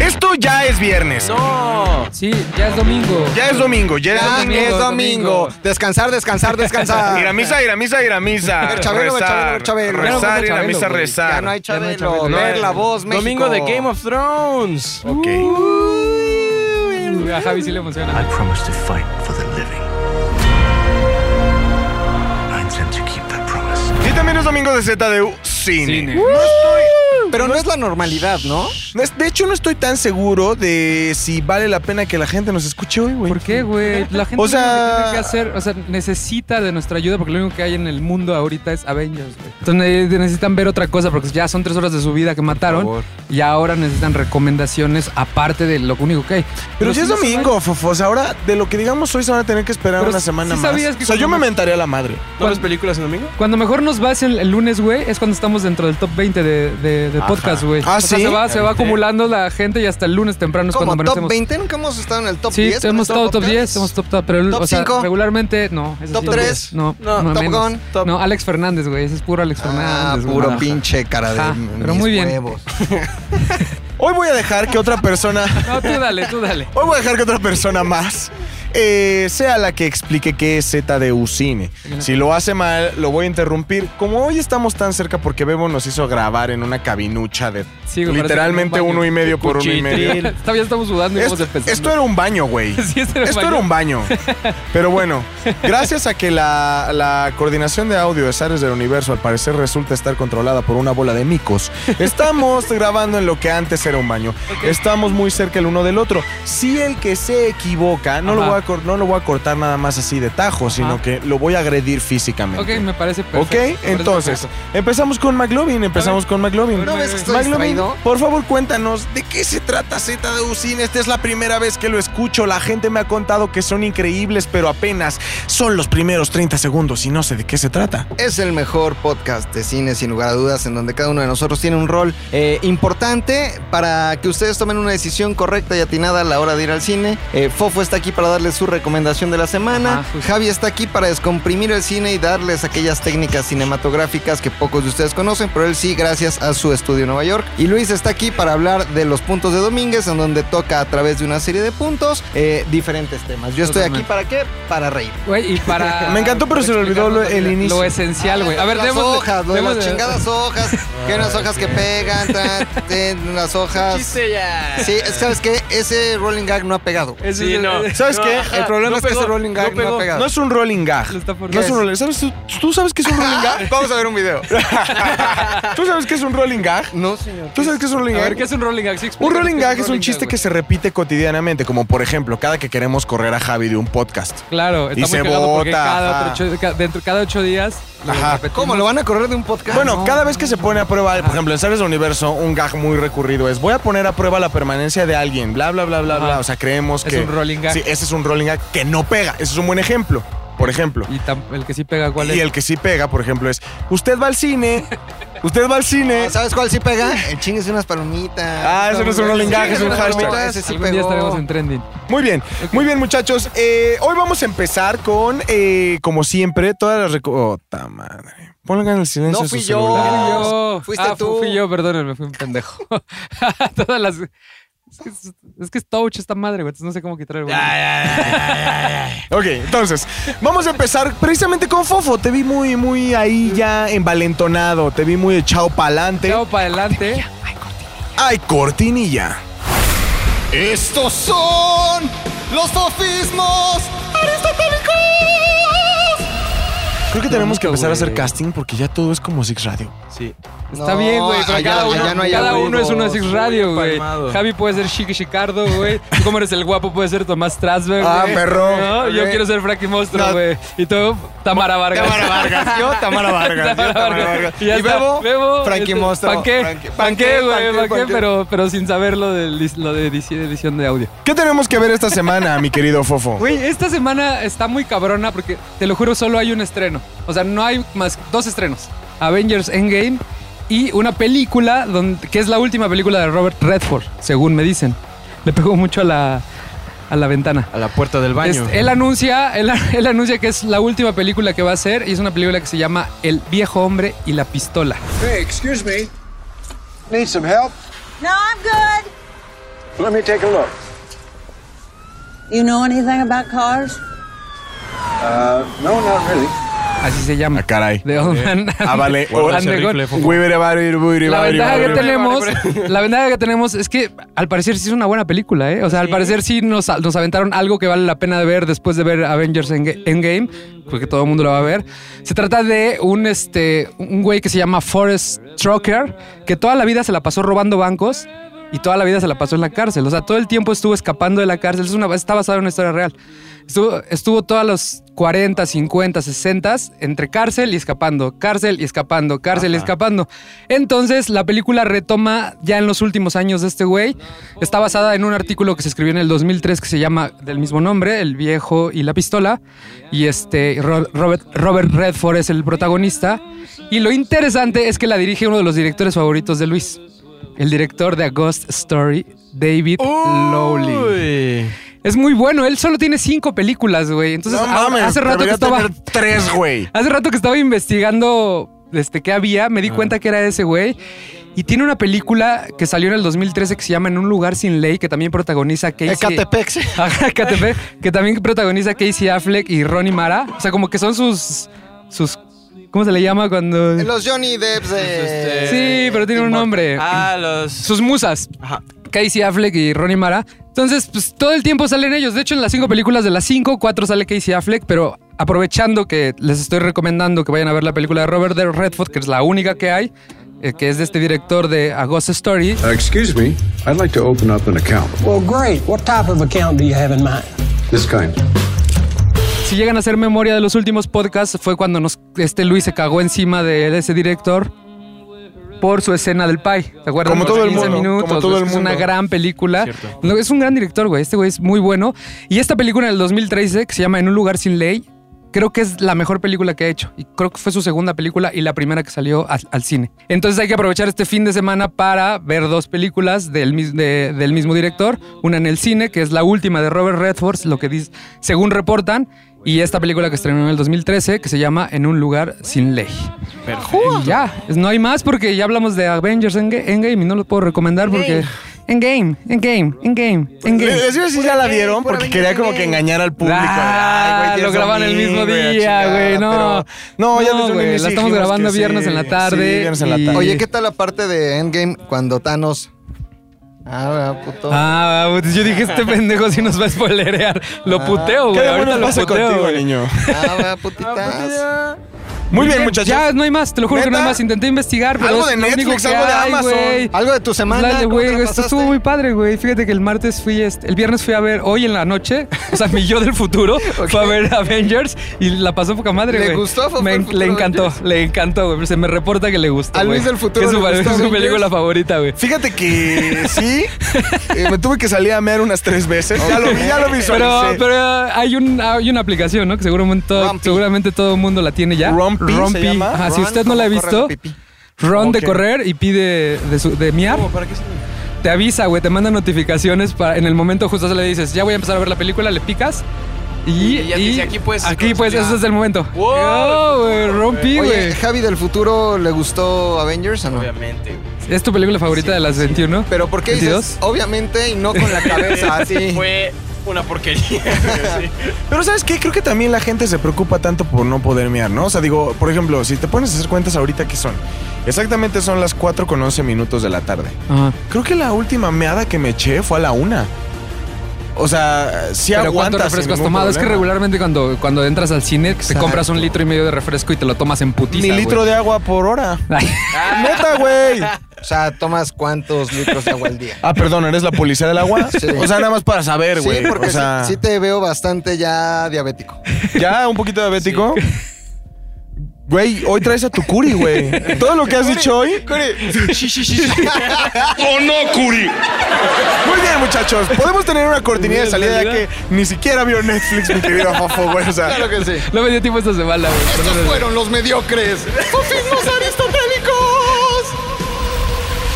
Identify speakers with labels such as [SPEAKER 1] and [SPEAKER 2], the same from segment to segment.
[SPEAKER 1] Esto ya es viernes.
[SPEAKER 2] No. Sí, ya es domingo.
[SPEAKER 1] Ya es domingo, ya,
[SPEAKER 3] Ya
[SPEAKER 1] es domingo.
[SPEAKER 3] es domingo.
[SPEAKER 2] domingo.
[SPEAKER 3] Descansar, descansar, descansar.
[SPEAKER 1] Ir a misa, ir a misa, ir a misa.
[SPEAKER 3] Ver, Chabelo,
[SPEAKER 1] rezar,
[SPEAKER 3] ver, Chabelo, Chabelo.
[SPEAKER 1] rezar, ir
[SPEAKER 2] Ya no
[SPEAKER 1] a
[SPEAKER 2] hay
[SPEAKER 1] misa,
[SPEAKER 2] Chabelo, güey.
[SPEAKER 1] rezar.
[SPEAKER 3] Ya no hay
[SPEAKER 2] Ya no hay
[SPEAKER 3] Chabelo.
[SPEAKER 2] Chabelo.
[SPEAKER 3] Ver la voz, México.
[SPEAKER 4] Domingo de Game of Thrones.
[SPEAKER 1] Ok.
[SPEAKER 2] Uy, a Javi sí le
[SPEAKER 5] I
[SPEAKER 2] emociona.
[SPEAKER 5] promise to fight for the living. I intend to keep that promise.
[SPEAKER 1] Y también es domingo de ZDU Cine.
[SPEAKER 2] Cine.
[SPEAKER 3] Pero no es la normalidad, ¿no?
[SPEAKER 1] No es- De hecho, no estoy tan seguro de si vale la pena que la gente nos escuche hoy, güey.
[SPEAKER 2] ¿Por qué, güey? La gente
[SPEAKER 1] O
[SPEAKER 2] lo único
[SPEAKER 1] sea-
[SPEAKER 2] que tiene que hacer, o sea, necesita de nuestra ayuda porque lo único que hay en el mundo ahorita es Avengers, güey. Entonces ne- necesitan ver otra cosa porque ya son tres horas de su vida que mataron
[SPEAKER 4] favor.
[SPEAKER 2] y ahora necesitan recomendaciones aparte de lo único que hay.
[SPEAKER 1] Pero si
[SPEAKER 2] sí
[SPEAKER 1] es
[SPEAKER 2] no se vale.
[SPEAKER 1] domingo, fofos. Ahora, de lo que digamos hoy se van a tener que esperar
[SPEAKER 2] Pero
[SPEAKER 1] una
[SPEAKER 2] sí-
[SPEAKER 1] semana
[SPEAKER 2] sí
[SPEAKER 1] más.
[SPEAKER 2] sabías que
[SPEAKER 1] o sea, yo
[SPEAKER 2] cuando-
[SPEAKER 1] me mentaré a la madre.
[SPEAKER 4] ¿No ves películas en domingo?
[SPEAKER 2] Cuando mejor nos va es el, el lunes, güey, es cuando estamos dentro del top 20 de, de- de podcast, güey.
[SPEAKER 1] Ah,
[SPEAKER 2] o sea,
[SPEAKER 1] ¿sí?
[SPEAKER 2] se va, se va acumulando la gente y hasta el lunes temprano es
[SPEAKER 3] Como
[SPEAKER 2] cuando
[SPEAKER 3] top
[SPEAKER 2] amanecemos.
[SPEAKER 3] 20, nunca hemos estado en el top
[SPEAKER 2] Sí,
[SPEAKER 3] 10. con
[SPEAKER 2] hemos
[SPEAKER 3] nuestro
[SPEAKER 2] estado top
[SPEAKER 3] podcast.
[SPEAKER 2] 10, hemos top top, pero el-
[SPEAKER 3] Top
[SPEAKER 2] o sea,
[SPEAKER 3] cinco.
[SPEAKER 2] regularmente no. ese es
[SPEAKER 3] Top tres.
[SPEAKER 2] No,
[SPEAKER 4] No,
[SPEAKER 2] no,
[SPEAKER 3] Top
[SPEAKER 2] menos.
[SPEAKER 3] Gun, top-
[SPEAKER 2] No, Alex Fernández, güey, ese es puro Alex
[SPEAKER 3] Ah,
[SPEAKER 2] Fernández. güey.
[SPEAKER 3] puro
[SPEAKER 2] Ajá.
[SPEAKER 3] pinche cara de
[SPEAKER 2] Ajá, pero
[SPEAKER 3] mis
[SPEAKER 2] muy bien.
[SPEAKER 3] huevos.
[SPEAKER 1] Hoy voy a dejar que otra persona.
[SPEAKER 2] No, tú dale, tú dale.
[SPEAKER 1] Hoy voy a dejar que otra persona más eh, sea la que explique qué es ZDU Cine. Si lo hace mal, lo voy a interrumpir. Como hoy estamos tan cerca porque Bebo nos hizo grabar en una cabinucha de
[SPEAKER 2] Sí, güey,
[SPEAKER 1] literalmente
[SPEAKER 2] parece que en un
[SPEAKER 1] uno y medio por uno y medio.
[SPEAKER 2] Está- Ya estamos sudando y vamos
[SPEAKER 1] Esto,
[SPEAKER 2] empezando.
[SPEAKER 1] esto era un baño, güey.
[SPEAKER 2] Sí, este esto
[SPEAKER 1] Esto era un baño. Pero bueno, gracias a que la, la coordinación de audio de Sares del Universo al parecer resulta estar controlada por una bola de micos, estamos grabando en lo que antes era un baño. Estamos muy cerca el uno del otro. Si el que se equivoca, no, lo
[SPEAKER 2] Ajá.
[SPEAKER 1] voy, a, cor- no lo voy a cortar nada más así de tajo, sino que lo voy a agredir físicamente.
[SPEAKER 2] Ok, me parece perfecto.
[SPEAKER 1] Ok,
[SPEAKER 2] me parece
[SPEAKER 1] entonces
[SPEAKER 2] perfecto.
[SPEAKER 1] empezamos con McLovin, empezamos con McLovin.
[SPEAKER 3] ¿No ves que estoy
[SPEAKER 1] McLovin,
[SPEAKER 3] distraído?
[SPEAKER 1] por favor cuéntanos de qué se trata Z de Ucine. Esta es la primera vez que lo escucho. La gente me ha contado que son increíbles, pero apenas son los primeros 30 segundos y no sé de qué se trata.
[SPEAKER 3] Es el mejor podcast de cine, sin lugar a dudas, en donde cada uno de nosotros tiene un rol eh, importante para que ustedes tomen una decisión correcta y atinada a la hora de ir al cine. Eh, Fofo está aquí para darles su recomendación de la semana.
[SPEAKER 2] Ajá, justo.
[SPEAKER 3] Javi está aquí para descomprimir el cine y darles aquellas técnicas cinematográficas que pocos de ustedes conocen, pero él sí, gracias a su estudio en Nueva York. Y Luis está aquí para hablar de los puntos de Domínguez, en donde toca a través de una serie de puntos eh, diferentes temas. Yo estoy aquí
[SPEAKER 2] Totalmente.
[SPEAKER 3] para qué? Para reír.
[SPEAKER 2] Güey, y para.
[SPEAKER 1] Me encantó, pero se le olvidó lo- el
[SPEAKER 2] lo-
[SPEAKER 1] inicio.
[SPEAKER 2] Lo esencial, güey. A ver,
[SPEAKER 3] Ah, las
[SPEAKER 2] demos.
[SPEAKER 3] hojas, lo de las chingadas hojas, que hay unas hojas que pegan, ta, ten, unas hojas.
[SPEAKER 4] Chiste ya.
[SPEAKER 3] Sí, es- sabes que ese rolling gag no ha pegado.
[SPEAKER 4] Sí, no.
[SPEAKER 1] ¿Sabes qué? El problema
[SPEAKER 4] no
[SPEAKER 1] es que
[SPEAKER 4] pegó,
[SPEAKER 1] ese rolling gag
[SPEAKER 4] no
[SPEAKER 1] no,
[SPEAKER 4] pegó.
[SPEAKER 1] ha pegado. No es un rolling gag.
[SPEAKER 2] Lo está por-
[SPEAKER 1] No es un rolling- ¿Sabes tú, tú sabes qué es un rolling gag?
[SPEAKER 3] Ah, Vamos a ver un video.
[SPEAKER 1] ¿Tú sabes qué es un rolling gag?
[SPEAKER 3] No, señor.
[SPEAKER 1] ¿Tú sabes qué es un rolling
[SPEAKER 2] A
[SPEAKER 1] gag?
[SPEAKER 2] ver, ¿qué es un rolling gag? Sí,
[SPEAKER 1] Un
[SPEAKER 2] explícanos
[SPEAKER 1] rolling
[SPEAKER 2] qué
[SPEAKER 1] gag es un
[SPEAKER 2] rolling
[SPEAKER 1] chiste
[SPEAKER 2] gag,
[SPEAKER 1] que
[SPEAKER 2] güey.
[SPEAKER 1] se repite cotidianamente, como por ejemplo, cada que queremos correr a Javi de un podcast.
[SPEAKER 2] Claro,
[SPEAKER 1] Y
[SPEAKER 2] está muy
[SPEAKER 1] se
[SPEAKER 2] cagado porque
[SPEAKER 1] bota,
[SPEAKER 2] cada,
[SPEAKER 1] ajá.
[SPEAKER 2] otro ocho- ca- dentro, cada ocho días. lo
[SPEAKER 1] Ajá.
[SPEAKER 2] repetimos.
[SPEAKER 3] ¿Cómo? ¿Lo van a correr de un podcast?
[SPEAKER 1] Bueno,
[SPEAKER 2] no.
[SPEAKER 1] cada vez que se pone a prueba, por ejemplo, en Seres del Universo, un gag muy recurrido es voy a poner a prueba la permanencia de alguien, bla, bla, bla, bla,
[SPEAKER 2] Ajá.
[SPEAKER 1] bla. O sea, creemos
[SPEAKER 2] Es
[SPEAKER 1] que...
[SPEAKER 2] un rolling gag.
[SPEAKER 1] Sí, ese es un rolling gag que no pega. Ese es un buen ejemplo, por ejemplo.
[SPEAKER 2] Y tam- el que sí pega, ¿cuál
[SPEAKER 1] Y
[SPEAKER 2] es?
[SPEAKER 1] el que sí pega, por ejemplo, es usted va al cine, usted va al cine.
[SPEAKER 3] ¿Sabes cuál sí pega? El chingue de unas palomitas.
[SPEAKER 1] Ah, ese no es un rolling gag, es un
[SPEAKER 3] Unas
[SPEAKER 1] hashtag.
[SPEAKER 3] palomitas, Ese sí
[SPEAKER 2] Algún día estaremos
[SPEAKER 3] pegó.
[SPEAKER 2] en trending.
[SPEAKER 1] Muy bien, muy bien muchachos. Eh, hoy vamos a empezar con, eh, como siempre, todas las... reco- Oh, ta madre. Pongan el silencio
[SPEAKER 3] No
[SPEAKER 1] en su
[SPEAKER 3] fui yo.
[SPEAKER 1] celular.
[SPEAKER 3] Ah,
[SPEAKER 2] yo.
[SPEAKER 3] fuiste
[SPEAKER 2] Ah, fu-
[SPEAKER 3] tú.
[SPEAKER 2] Fui yo, perdónenme, fui un pendejo. Todas las. Es que es, es que es touch esta madre, güey. Entonces no sé cómo quitar el güey.
[SPEAKER 1] Ok, entonces, vamos a empezar precisamente con Fofo. Te vi muy, muy ahí ya envalentonado. Te vi muy echado pa'lante.
[SPEAKER 2] Chao para adelante.
[SPEAKER 1] Ay, cortinilla.
[SPEAKER 3] Estos son los sofismos aristotélicos.
[SPEAKER 1] Creo que tenemos que
[SPEAKER 2] Bonito,
[SPEAKER 1] empezar a hacer
[SPEAKER 2] güey.
[SPEAKER 1] casting porque ya todo es como Six Radio.
[SPEAKER 4] Sí.
[SPEAKER 2] Está
[SPEAKER 3] No,
[SPEAKER 2] bien, güey. Pero
[SPEAKER 3] allá-
[SPEAKER 2] cada uno,
[SPEAKER 3] allá no hay
[SPEAKER 2] cada
[SPEAKER 3] amigos,
[SPEAKER 2] uno es uno de Six
[SPEAKER 4] muy
[SPEAKER 2] Radio, güey.
[SPEAKER 4] empalmado.
[SPEAKER 2] Javi puede ser Chiqui Chicardo, güey. Tú, como eres el guapo, puede ser Tomás Strasberg.
[SPEAKER 1] Ah,
[SPEAKER 2] güey.
[SPEAKER 1] perro.
[SPEAKER 2] ¿No? Yo
[SPEAKER 1] Ok.
[SPEAKER 2] quiero ser Frankie Monstruo,
[SPEAKER 1] No.
[SPEAKER 2] güey. Y tú, Tamara Vargas.
[SPEAKER 1] Vargas. Yo, Tamara Vargas.
[SPEAKER 2] Tamara Vargas.
[SPEAKER 1] Y, Bebo, Frankie Monstruo.
[SPEAKER 2] Monstruo. este, Panqué,
[SPEAKER 1] Frankie-
[SPEAKER 2] panqué,
[SPEAKER 1] Panqué,
[SPEAKER 2] güey, panqué,
[SPEAKER 1] Panqué.
[SPEAKER 2] pero, pero sin saber lo de, lis- lo de edici- edición de audio.
[SPEAKER 1] ¿Qué tenemos que ver esta semana, mi querido Fofo?
[SPEAKER 2] Güey, esta semana está muy cabrona porque, te lo juro, solo hay un estreno. O sea, no hay más dos estrenos. Avengers Endgame y una película donde, que es la última película de Robert Redford, según me dicen. Le pegó mucho a la, a la ventana.
[SPEAKER 4] A la puerta del baño.
[SPEAKER 2] Es- él anuncia, él, él anuncia que es la última película que va a hacer y es una película que se llama El viejo hombre y la pistola.
[SPEAKER 6] No, I'm good. Let me take a look.
[SPEAKER 7] You know anything about cars?
[SPEAKER 6] No, not really.
[SPEAKER 2] Así se llama.
[SPEAKER 1] Ah, caray.
[SPEAKER 2] The Old Man.
[SPEAKER 1] Ah, vale.
[SPEAKER 2] and
[SPEAKER 1] Ese
[SPEAKER 2] the Gun.
[SPEAKER 4] rifle fue-
[SPEAKER 1] Uy, bere, bari, uy,
[SPEAKER 2] La
[SPEAKER 1] bari,
[SPEAKER 2] ventaja
[SPEAKER 1] bari,
[SPEAKER 2] que
[SPEAKER 1] bari.
[SPEAKER 2] tenemos, la ventaja que tenemos es que al parecer sí es una buena película, ¿eh? O sea, al parecer sí nos, nos aventaron algo que vale la pena de ver después de ver Avengers Endga- Endgame, porque todo el mundo la va a ver. Se trata de un este un güey que se llama Forrest Trucker, que toda la vida se la pasó robando bancos y toda la vida se la pasó en la cárcel. O sea, todo el tiempo estuvo escapando de la cárcel. Es una, está basado en una historia real. Estuvo, estuvo todos los 40, 50, 60 entre cárcel y escapando, cárcel y escapando, cárcel y escapando. Entonces, la película retoma ya en los últimos años de este güey. Está basada en un artículo que se escribió en el 2003 que se llama del mismo nombre, El viejo y la pistola. Y este Ro- Robert, Robert Redford es el protagonista. Y lo interesante es que la dirige uno de los directores favoritos de Luis, el director de A Ghost Story, David Lowley.
[SPEAKER 4] Uy.
[SPEAKER 2] Es muy bueno. Él solo tiene cinco películas, güey. Entonces,
[SPEAKER 1] No
[SPEAKER 2] a-
[SPEAKER 1] mames,
[SPEAKER 2] hace rato que
[SPEAKER 1] debería
[SPEAKER 2] estaba.
[SPEAKER 1] tener tres, güey.
[SPEAKER 2] Hace rato que estaba investigando este, qué había, me di cuenta que era ese güey. Y tiene una película que salió en el 2013 que se llama En un lugar sin ley, que también protagoniza Casey.
[SPEAKER 3] Ecatepec, sí.
[SPEAKER 2] Ajá, Ecatepec, que también protagoniza Casey Affleck y Ronnie Mara. O sea, como que son sus. sus ¿Cómo se le llama cuando.?
[SPEAKER 3] Los Johnny Depps de...
[SPEAKER 2] Sí, pero tiene un nombre.
[SPEAKER 4] Ah, los.
[SPEAKER 2] Sus musas.
[SPEAKER 4] Ajá.
[SPEAKER 2] Casey Affleck y Ronnie Mara. Entonces, pues todo el tiempo salen ellos. De hecho, en las cinco películas de las cinco, cuatro sale Casey Affleck, pero aprovechando que les estoy recomendando que vayan a ver la película de Robert de Redford, que es la única que hay, eh, que es de este director de A Ghost Story.
[SPEAKER 8] Uh, excuse me, I'd like to open up an account.
[SPEAKER 9] Well, great. What type of account do you have in mind?
[SPEAKER 8] This kind.
[SPEAKER 2] Si llegan a hacer memoria de los últimos podcasts, fue cuando nos, este Luis se cagó encima de ese director por su escena del Pai. ¿Te acuerdas?
[SPEAKER 1] Como
[SPEAKER 2] Los
[SPEAKER 1] todo el
[SPEAKER 2] 15
[SPEAKER 1] mundo,
[SPEAKER 2] minutos,
[SPEAKER 1] como todo
[SPEAKER 2] güey,
[SPEAKER 1] el
[SPEAKER 2] es una
[SPEAKER 1] mundo.
[SPEAKER 2] gran película. No, es un gran director, güey. Este güey es muy bueno. Y esta película del 2013, que se llama En un lugar sin ley, creo que es la mejor película que ha hecho. Y creo que fue su segunda película y la primera que salió al, al cine. Entonces hay que aprovechar este fin de semana para ver dos películas del, mis- de- del mismo director. Una en el cine, que es la última de Robert Redford, lo que dice, según reportan. Y esta película que estrenó en el 2013, que se llama En un lugar sin ley. Y ya, es- no hay más porque ya hablamos de Avengers Endga- Endgame y no lo puedo recomendar porque... Endgame, Endgame, Endgame, Endgame.
[SPEAKER 1] Pues, Les iba a decir, ya la vieron porque quería como que engañar al público. Ay,
[SPEAKER 2] Ah,
[SPEAKER 1] güey,
[SPEAKER 2] lo
[SPEAKER 1] ya es
[SPEAKER 2] graban el mismo
[SPEAKER 1] domingo,
[SPEAKER 2] día,
[SPEAKER 1] chingada,
[SPEAKER 2] güey, no.
[SPEAKER 1] pero- No, ya desde
[SPEAKER 2] No,
[SPEAKER 1] un
[SPEAKER 2] güey, la
[SPEAKER 1] inicio
[SPEAKER 2] estamos
[SPEAKER 1] dijimos
[SPEAKER 2] grabando
[SPEAKER 1] que
[SPEAKER 2] viernes en la tarde
[SPEAKER 1] Sí, viernes en la
[SPEAKER 2] y-
[SPEAKER 1] tarde.
[SPEAKER 3] Oye, ¿qué tal la parte de Endgame cuando Thanos... Ah, puto.
[SPEAKER 2] Ah, pues yo dije, este pendejo sí nos va a spoilerear. Lo puteo,
[SPEAKER 1] Ah. ¿Qué
[SPEAKER 2] güey.
[SPEAKER 1] demonios
[SPEAKER 2] Ahorita lo
[SPEAKER 1] pasa
[SPEAKER 2] puteo,
[SPEAKER 1] contigo,
[SPEAKER 2] güey.
[SPEAKER 1] niño?
[SPEAKER 3] Ah, putitas.
[SPEAKER 2] Ah,
[SPEAKER 1] Muy bien, muchachos.
[SPEAKER 2] Ya, no hay más, te lo juro que no hay
[SPEAKER 1] ¿Neta?
[SPEAKER 2] más. Intenté investigar, pero
[SPEAKER 1] Algo
[SPEAKER 2] es
[SPEAKER 1] de
[SPEAKER 2] lo único
[SPEAKER 1] Netflix,
[SPEAKER 2] que
[SPEAKER 1] algo de
[SPEAKER 2] hay,
[SPEAKER 1] Amazon.
[SPEAKER 2] güey.
[SPEAKER 3] Algo de tu semana.
[SPEAKER 2] Pues Dale,
[SPEAKER 3] ¿cómo
[SPEAKER 2] güey,
[SPEAKER 3] te la
[SPEAKER 2] esto estuvo
[SPEAKER 3] pasaste?
[SPEAKER 2] muy padre, güey. Fíjate que el martes fui, este, el viernes fui a ver, hoy en la noche, o sea, mi yo del futuro fue a ver Avengers y la pasó poca madre,
[SPEAKER 3] ¿Le
[SPEAKER 2] güey.
[SPEAKER 3] gustó? ¿Fue
[SPEAKER 2] Me-
[SPEAKER 3] el futuro
[SPEAKER 2] le encantó,
[SPEAKER 3] Avengers?
[SPEAKER 2] le encantó, güey. pero Se me reporta que le gustó.
[SPEAKER 3] A
[SPEAKER 2] güey.
[SPEAKER 3] Luis del futuro
[SPEAKER 2] Que es su,
[SPEAKER 3] le gustó
[SPEAKER 2] es su
[SPEAKER 3] Avengers.
[SPEAKER 2] película favorita, güey.
[SPEAKER 1] Fíjate que sí, eh, me tuve que salir a mear unas tres veces. Ya lo vi, ya lo visualicé.
[SPEAKER 2] Pero, pero ah, hay, un, hay una aplicación, ¿no? Que seguramente todo,
[SPEAKER 3] Rompi.
[SPEAKER 2] seguramente todo el mundo la tiene ya.
[SPEAKER 1] Rompi se llama.
[SPEAKER 2] Ajá, si
[SPEAKER 3] Run,
[SPEAKER 2] usted no la ha
[SPEAKER 3] como corre
[SPEAKER 2] visto,
[SPEAKER 3] el pipí.
[SPEAKER 2] Ron
[SPEAKER 1] Ok.
[SPEAKER 2] de correr y pide de, su, de miar.
[SPEAKER 4] ¿Cómo? Oh, ¿Para qué sirve?
[SPEAKER 2] te avisa, güey, te manda notificaciones para en el momento justo le dices, ya voy a empezar a ver la película, le picas y,
[SPEAKER 4] Y ya te dice, aquí puedes
[SPEAKER 2] aquí pues,
[SPEAKER 4] continuar.
[SPEAKER 2] ese es el momento.
[SPEAKER 4] Wow.
[SPEAKER 2] Oh, güey, rompí,
[SPEAKER 3] Oye,
[SPEAKER 2] güey.
[SPEAKER 3] Javi del futuro le gustó Avengers o no?
[SPEAKER 4] Obviamente, güey.
[SPEAKER 2] Es tu película favorita de las 21.
[SPEAKER 3] Pero ¿por qué dices
[SPEAKER 2] 22?
[SPEAKER 3] obviamente y no con la cabeza así?
[SPEAKER 4] Fue una porquería. güey, sí.
[SPEAKER 1] Pero ¿sabes qué? Creo que también la gente se preocupa tanto por no poder mirar, ¿no? O sea, digo, por ejemplo, si te pones a hacer cuentas ahorita, ¿qué son? Exactamente son las 4 con 11 minutos de la tarde.
[SPEAKER 2] Ajá.
[SPEAKER 1] Creo que la última meada que me eché fue a la una. O sea, sí
[SPEAKER 2] Pero cuánto
[SPEAKER 1] aguantas sin
[SPEAKER 2] refresco has
[SPEAKER 1] ningún
[SPEAKER 2] tomado. Es que
[SPEAKER 1] problema.
[SPEAKER 2] regularmente cuando, cuando entras al cine te compras un litro y medio de refresco y te lo tomas en putiza.
[SPEAKER 1] Ni
[SPEAKER 2] güey.
[SPEAKER 1] litro de agua por hora.
[SPEAKER 2] Ay,
[SPEAKER 3] Ah.
[SPEAKER 1] ¡Neta, güey!
[SPEAKER 3] O sea, tomas cuántos litros de agua al día.
[SPEAKER 1] Ah, perdón, ¿eres la policía del agua?
[SPEAKER 3] Sí.
[SPEAKER 1] O sea, nada más para saber, güey.
[SPEAKER 3] Sí, porque
[SPEAKER 1] o sea,
[SPEAKER 3] sí, sí te veo bastante ya diabético.
[SPEAKER 1] ¿ya un poquito diabético? Güey, hoy traes a tu curi, güey. Todo lo que has dicho hoy.
[SPEAKER 5] Oh no, Kuri!
[SPEAKER 1] Muy bien, muchachos. Podemos tener una cortinilla de salida ya que ni siquiera vio Netflix, mi querido Fofo, güey. O sea,
[SPEAKER 3] Claro que sí.
[SPEAKER 2] no me dio tiempo esta semana, güey. Perdóname.
[SPEAKER 3] fueron los mediocres. ¡Sofismos aristotélicos!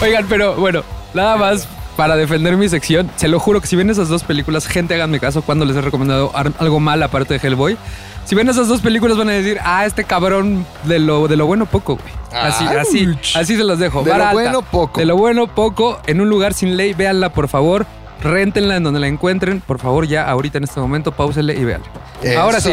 [SPEAKER 2] Oigan, pero bueno, nada más para defender mi sección. Se lo juro que si ven esas dos películas, gente, háganme caso cuando les he recomendado ar- algo mal aparte de Hellboy. Si ven esas dos películas van a decir, ah, este cabrón de lo, de lo bueno poco, güey. Así, así, así se los dejo.
[SPEAKER 3] De lo
[SPEAKER 2] Vara alta.
[SPEAKER 3] bueno, poco.
[SPEAKER 2] De lo bueno poco, en un lugar sin ley, véanla por favor. Réntenla en donde la encuentren. Por favor, ya ahorita en este momento, páusele y véanla. Ahora sí.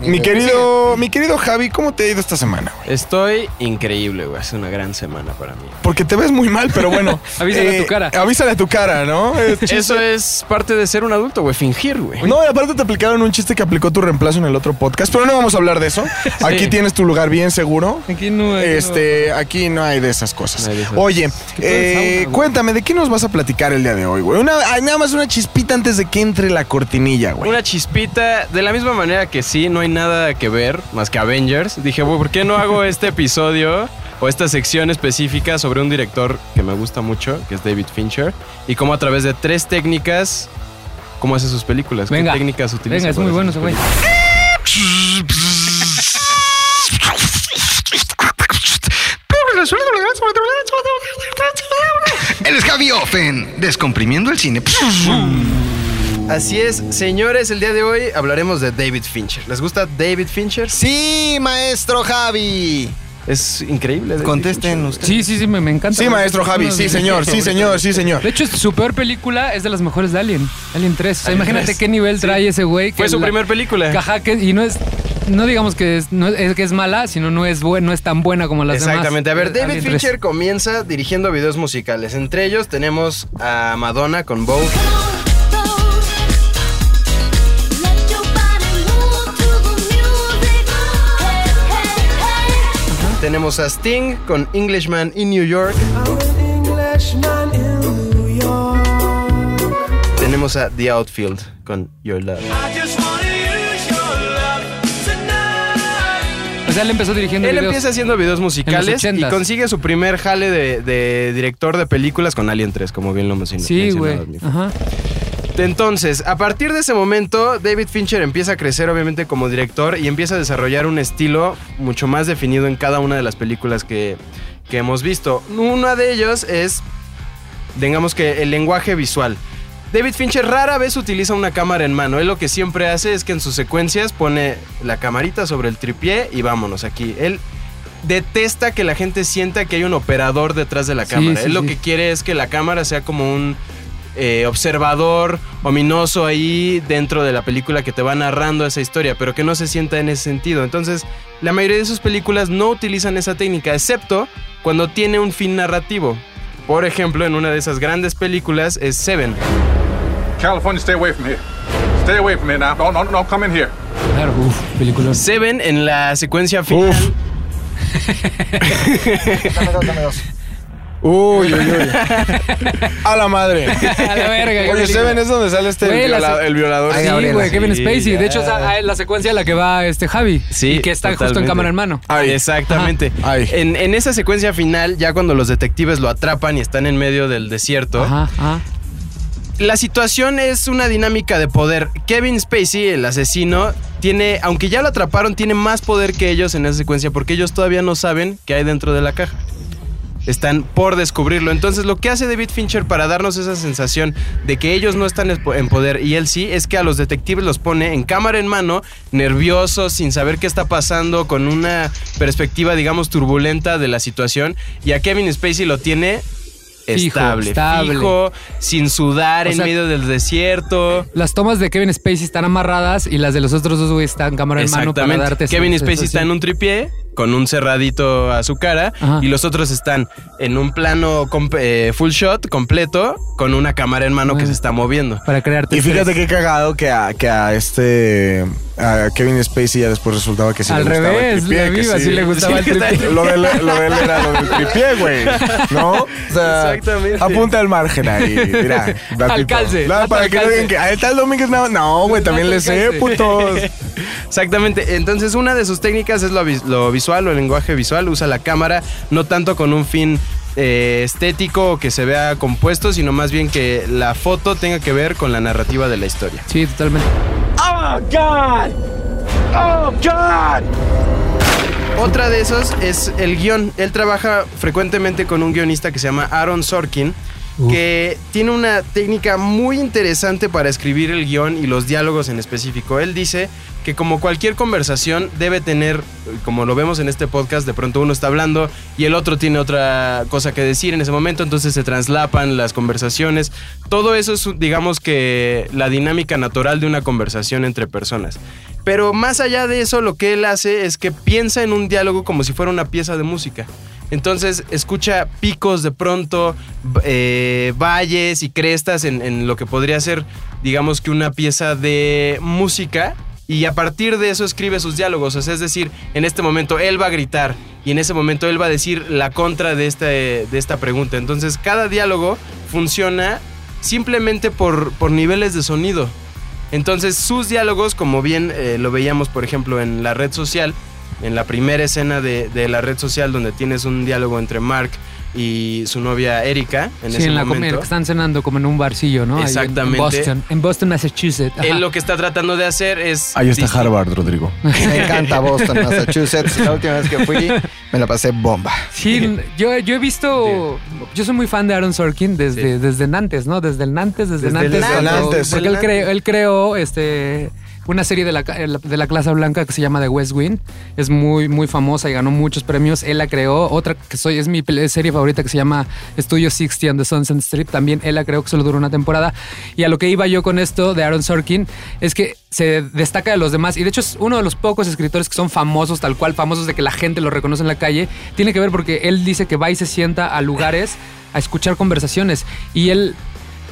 [SPEAKER 1] Mi querido, mi querido Javi, ¿cómo te ha ido esta semana? güey?
[SPEAKER 4] Estoy increíble, güey. Es una gran semana para mí.
[SPEAKER 1] Porque te ves muy mal, pero bueno. eh,
[SPEAKER 2] Avísale a tu cara.
[SPEAKER 1] Avísale a tu cara, ¿no? Es chiste.
[SPEAKER 4] Eso es parte de ser un adulto, güey. Fingir, güey.
[SPEAKER 1] No, y aparte te aplicaron un chiste que aplicó tu reemplazo en el otro podcast, pero no vamos a hablar de eso. Aquí tienes tu lugar bien seguro.
[SPEAKER 2] Aquí no hay-
[SPEAKER 1] Este, aquí no hay de esas cosas.
[SPEAKER 4] No hay de esas.
[SPEAKER 1] Oye,
[SPEAKER 2] que todo es
[SPEAKER 1] eh,
[SPEAKER 2] sauna, güey.
[SPEAKER 1] cuéntame, ¿de qué nos vas a platicar el día de hoy, güey? Una, ay, nada más una chispita antes de que entre la cortinilla, güey.
[SPEAKER 4] Una chispita, de la misma manera que sí, no hay nada que ver más que Avengers. Dije, güey, ¿por qué no hago este episodio o esta sección específica sobre un director que me gusta mucho, que es David Fincher, y cómo a través de tres técnicas, cómo hace sus películas,
[SPEAKER 2] Venga.
[SPEAKER 4] qué técnicas utiliza.
[SPEAKER 2] Venga, es
[SPEAKER 4] para
[SPEAKER 2] muy
[SPEAKER 4] hacer
[SPEAKER 2] bueno
[SPEAKER 4] sus
[SPEAKER 2] ese güey.
[SPEAKER 4] películas?
[SPEAKER 3] Él es Javi Offen, descomprimiendo el cine.
[SPEAKER 4] Así es, señores, el día de hoy hablaremos de David Fincher. ¿Les gusta David Fincher?
[SPEAKER 3] Sí, maestro Javi.
[SPEAKER 4] Es increíble. David
[SPEAKER 3] Contesten
[SPEAKER 4] Fincher.
[SPEAKER 3] ustedes.
[SPEAKER 2] Sí, sí, sí, me, me encanta.
[SPEAKER 1] Sí, maestro Javi,
[SPEAKER 2] Uno de
[SPEAKER 1] sí,
[SPEAKER 2] mis-
[SPEAKER 1] señor, sí, señor, sí, señor.
[SPEAKER 2] De hecho, su peor película es de las mejores de Alien. Alien 3. O sea, imagínate
[SPEAKER 4] 3.
[SPEAKER 2] qué nivel trae ese güey. que
[SPEAKER 4] Fue su
[SPEAKER 2] la-
[SPEAKER 4] primer película.
[SPEAKER 2] Ajá, que- y no es. No digamos que es, no es- es que es mala, sino no es buen, no es tan buena como las
[SPEAKER 4] Exactamente.
[SPEAKER 2] demás.
[SPEAKER 4] A ver, David
[SPEAKER 2] Alien 3.
[SPEAKER 4] Fincher comienza dirigiendo videos musicales. Entre ellos tenemos a Madonna con Vogue. Tenemos a Sting con Englishman in New York. Tenemos a The Outfield con Your Love.
[SPEAKER 2] O sea, él empezó dirigiendo
[SPEAKER 4] Él
[SPEAKER 2] videos.
[SPEAKER 4] empieza haciendo videos
[SPEAKER 2] En los
[SPEAKER 4] musicales y
[SPEAKER 2] 80s.
[SPEAKER 4] consigue su primer jale de, de director de películas con Alien 3, como bien lo mencionó.
[SPEAKER 2] Sí, güey.
[SPEAKER 4] mencionabas, mi Fer.
[SPEAKER 2] Ajá.
[SPEAKER 4] Entonces, a partir de ese momento, David Fincher empieza a crecer obviamente como director y empieza a desarrollar un estilo mucho más definido en cada una de las películas que, que hemos visto. Una de ellos es, digamos que, el lenguaje visual. David Fincher rara vez utiliza una cámara en mano. Él lo que siempre hace es que en sus secuencias pone la camarita sobre el tripié y vámonos aquí. Él detesta que la gente sienta que hay un operador detrás de la
[SPEAKER 2] Sí,
[SPEAKER 4] cámara.
[SPEAKER 2] sí,
[SPEAKER 4] Él lo
[SPEAKER 2] sí.
[SPEAKER 4] que quiere es que la cámara sea como un eh, observador ominoso ahí dentro de la película que te va narrando esa historia, pero que no se sienta en ese sentido. Entonces, la mayoría de sus películas no utilizan esa técnica, excepto cuando tiene un fin narrativo. Por ejemplo, en una de esas grandes películas es Seven.
[SPEAKER 6] California, stay away from here. Stay away from me now. No, no, no, come in here.
[SPEAKER 2] Claro, uf, película.
[SPEAKER 4] Seven en la secuencia final.
[SPEAKER 3] Dame dos, dame dos.
[SPEAKER 1] Uy, uy, uy. A la madre.
[SPEAKER 2] A la verga. qué
[SPEAKER 1] Oye,
[SPEAKER 2] película.
[SPEAKER 1] Seven es donde sale este
[SPEAKER 2] Güey, la
[SPEAKER 1] viola-
[SPEAKER 2] se-
[SPEAKER 1] el violador.
[SPEAKER 3] Ay,
[SPEAKER 2] Sí,
[SPEAKER 3] Gabriela,
[SPEAKER 2] güey, Kevin
[SPEAKER 4] sí,
[SPEAKER 2] Spacey.
[SPEAKER 4] ya.
[SPEAKER 2] De hecho, o sea, la secuencia en la que va este Javi.
[SPEAKER 4] Sí,
[SPEAKER 2] Y que está justo en
[SPEAKER 4] totalmente.
[SPEAKER 2] cámara en mano.
[SPEAKER 1] Ay.
[SPEAKER 4] Exactamente.
[SPEAKER 1] Ay.
[SPEAKER 4] En, en esa secuencia final, ya cuando los detectives lo atrapan y están en medio del desierto,
[SPEAKER 2] Ajá, ajá.
[SPEAKER 4] la situación es una dinámica de poder. Kevin Spacey, el asesino, tiene, aunque ya lo atraparon, tiene más poder que ellos en esa secuencia porque ellos todavía no saben qué hay dentro de la caja. Están por descubrirlo. Entonces, lo que hace David Fincher para darnos esa sensación de que ellos no están espo- en poder y él sí, es que a los detectives los pone en cámara en mano, nerviosos, sin saber qué está pasando, con una perspectiva, digamos, turbulenta de la situación. Y a Kevin Spacey lo tiene
[SPEAKER 2] Fijo,
[SPEAKER 4] estable,
[SPEAKER 2] estable.
[SPEAKER 4] fijo, sin sudar
[SPEAKER 2] O
[SPEAKER 4] en
[SPEAKER 2] sea-
[SPEAKER 4] medio del desierto.
[SPEAKER 2] Las tomas de Kevin Spacey están amarradas y las de los otros dos güey están cámara en mano para darte esa
[SPEAKER 4] Kevin Spacey está
[SPEAKER 2] sensación.
[SPEAKER 4] en un tripié con un cerradito a su cara
[SPEAKER 2] Ajá.
[SPEAKER 4] y los otros están en un plano comp- eh, full shot completo con una cámara en mano que
[SPEAKER 2] Bueno.
[SPEAKER 4] se está moviendo.
[SPEAKER 2] para crearte
[SPEAKER 1] Y fíjate
[SPEAKER 2] estrés.
[SPEAKER 1] qué cagado que a, que a este a Kevin Spacey ya después resultaba que sí le
[SPEAKER 2] al
[SPEAKER 1] gustaba el
[SPEAKER 2] revés,
[SPEAKER 1] tripié,
[SPEAKER 2] la
[SPEAKER 1] que
[SPEAKER 2] viva, sí, le gustaba
[SPEAKER 4] Sí,
[SPEAKER 2] el
[SPEAKER 4] está-
[SPEAKER 2] tripié.
[SPEAKER 1] Lo de, él, lo de él era lo del tripié, güey. ¿No? O sea,
[SPEAKER 4] Exactamente.
[SPEAKER 1] Apunta al margen ahí. Mira. datito.
[SPEAKER 2] Al calce,
[SPEAKER 1] Claro,
[SPEAKER 2] dato
[SPEAKER 1] para
[SPEAKER 2] al
[SPEAKER 1] que no
[SPEAKER 2] calce.
[SPEAKER 1] digan que. "Ah, el tal Domínguez no. No, güey, también
[SPEAKER 2] Dato
[SPEAKER 1] le
[SPEAKER 2] al
[SPEAKER 1] sé,
[SPEAKER 2] calce.
[SPEAKER 1] putos.
[SPEAKER 4] Exactamente. Entonces, una de sus técnicas es lo, vis- lo visual o el lenguaje visual. Usa la cámara no tanto con un fin eh, estético o que se vea compuesto, sino más bien que la foto tenga que ver con la narrativa de la historia.
[SPEAKER 2] Sí, totalmente.
[SPEAKER 4] Otra de esos es el guión. Él trabaja frecuentemente con un guionista que se llama Aaron Sorkin. que tiene una técnica muy interesante para escribir el guión y los diálogos en específico. Él dice que como cualquier conversación debe tener, como lo vemos en este podcast, de pronto uno está hablando y el otro tiene otra cosa que decir en ese momento, entonces se traslapan las conversaciones. Todo eso es, digamos que, la dinámica natural de una conversación entre personas. Pero más allá de eso, lo que él hace es que piensa en un diálogo como si fuera una pieza de música. Entonces escucha picos de pronto, b- eh, valles y crestas en, en lo que podría ser, digamos que una pieza de música. Y a partir de eso escribe sus diálogos. O sea, es decir, en este momento él va a gritar y en ese momento él va a decir la contra de, este, de esta pregunta. Entonces cada diálogo funciona simplemente por, por niveles de sonido. Entonces sus diálogos, como bien eh, lo veíamos por ejemplo en la red social, en la primera escena de, de la red social donde tienes un diálogo entre Mark y su novia Erika, en
[SPEAKER 2] sí,
[SPEAKER 4] ese
[SPEAKER 2] en la comida,
[SPEAKER 4] momento.
[SPEAKER 2] que están cenando como en un barcillo, ¿no? Ahí en-
[SPEAKER 4] Exactamente.
[SPEAKER 2] En Boston, en Boston, Massachusetts. Ajá.
[SPEAKER 4] Él lo que está tratando de hacer es...
[SPEAKER 1] Ahí está
[SPEAKER 4] dis-
[SPEAKER 1] Harvard, Rodrigo.
[SPEAKER 3] Me encanta Boston, Massachusetts. La última vez que fui me la pasé bomba.
[SPEAKER 2] Sí, yo, yo he visto. Yo soy muy fan de Aaron Sorkin desde, desde Nantes, ¿no? Desde el Nantes, desde,
[SPEAKER 4] Desde el
[SPEAKER 2] Nantes.
[SPEAKER 1] Nantes.
[SPEAKER 2] cuando-
[SPEAKER 1] Nantes.
[SPEAKER 2] Porque él creó, él creó este. Una serie de la, ca- de la clase blanca que se llama The West Wing. Es muy, muy famosa y ganó muchos premios. Él la creó. Otra que soy, es mi pel- serie favorita que se llama Studio 60 on the Sunset Strip. También él la creó, que solo duró una temporada. Y a lo que iba yo con esto de Aaron Sorkin es que se destaca de los demás. Y de hecho es uno de los pocos escritores que son famosos, tal cual, famosos de que la gente lo reconoce en la calle. Tiene que ver porque él dice que va y se sienta a lugares a escuchar conversaciones. Y él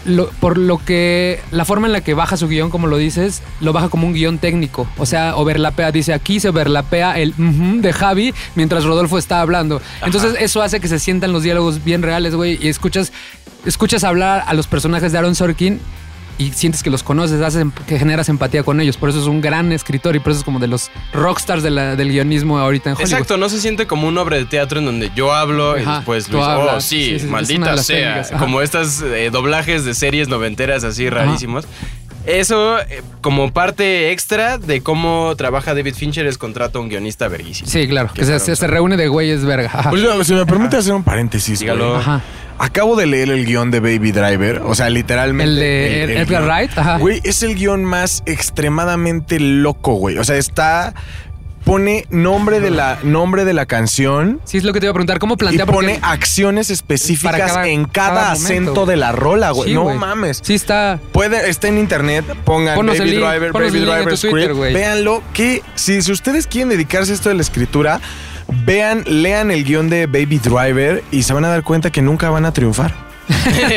[SPEAKER 2] lo- por lo que la forma en la que baja su guión, como lo dices, lo baja como un guión técnico. O sea, overlapea, dice aquí se overlapea el ujú de Javi mientras Rodolfo está hablando. Entonces, eso hace que se sientan los diálogos bien reales, güey. Y escuchas, escuchas hablar a los personajes de Aaron Sorkin y sientes que los conoces, haces em- que generas empatía con ellos. Por eso es un gran escritor y por eso es como de los rockstars de la- del guionismo ahorita en Hollywood.
[SPEAKER 4] Exacto, no se siente como una obra de teatro en donde yo hablo y
[SPEAKER 2] Ajá,
[SPEAKER 4] después
[SPEAKER 2] tú
[SPEAKER 4] Luis, oh,
[SPEAKER 2] hablas. Sí,
[SPEAKER 4] sí,
[SPEAKER 2] sí, sí, es una de
[SPEAKER 4] maldita
[SPEAKER 2] las
[SPEAKER 4] sea.
[SPEAKER 2] técnicas, ajá.
[SPEAKER 4] como estas eh, doblajes de series noventeras así rarísimos. Eso, eh, como parte extra de cómo trabaja David Fincher, es contrato a un guionista verguísimo.
[SPEAKER 2] Sí, claro.
[SPEAKER 4] Qué
[SPEAKER 2] Que se,
[SPEAKER 4] cabrón.
[SPEAKER 2] se- se reúne de güeyes verga. Ajá.
[SPEAKER 1] Oye, no, si me permite hacer un paréntesis. güey.
[SPEAKER 4] Dígalo.
[SPEAKER 2] Ajá.
[SPEAKER 1] Acabo de leer el guión de Baby Driver, o sea, literalmente.
[SPEAKER 2] El de Edgar
[SPEAKER 1] guión.
[SPEAKER 2] Wright, ajá.
[SPEAKER 1] Güey, es el guión más extremadamente loco, güey. O sea, está. Pone nombre de la, nombre de la canción.
[SPEAKER 2] Sí, es lo que te iba a preguntar. ¿Cómo
[SPEAKER 1] Y
[SPEAKER 2] plantea? Porque-
[SPEAKER 1] pone acciones específicas
[SPEAKER 2] Para cada-
[SPEAKER 1] en cada,
[SPEAKER 2] cada momento,
[SPEAKER 1] acento
[SPEAKER 2] güey.
[SPEAKER 1] de la rola, Ah, güey.
[SPEAKER 2] Sí,
[SPEAKER 1] no
[SPEAKER 2] güey.
[SPEAKER 1] mames.
[SPEAKER 2] Sí está...
[SPEAKER 1] Puede, está en internet, pongan
[SPEAKER 2] Ponos
[SPEAKER 1] Baby
[SPEAKER 2] el link,
[SPEAKER 1] Driver,
[SPEAKER 2] ponos
[SPEAKER 1] Baby
[SPEAKER 2] el link en
[SPEAKER 1] Driver
[SPEAKER 2] tu
[SPEAKER 1] Script.
[SPEAKER 2] Twitter, güey.
[SPEAKER 1] Véanlo, que si, si ustedes quieren dedicarse a esto de la escritura, vean, lean el guión de Baby Driver y se van a dar cuenta que nunca van a triunfar.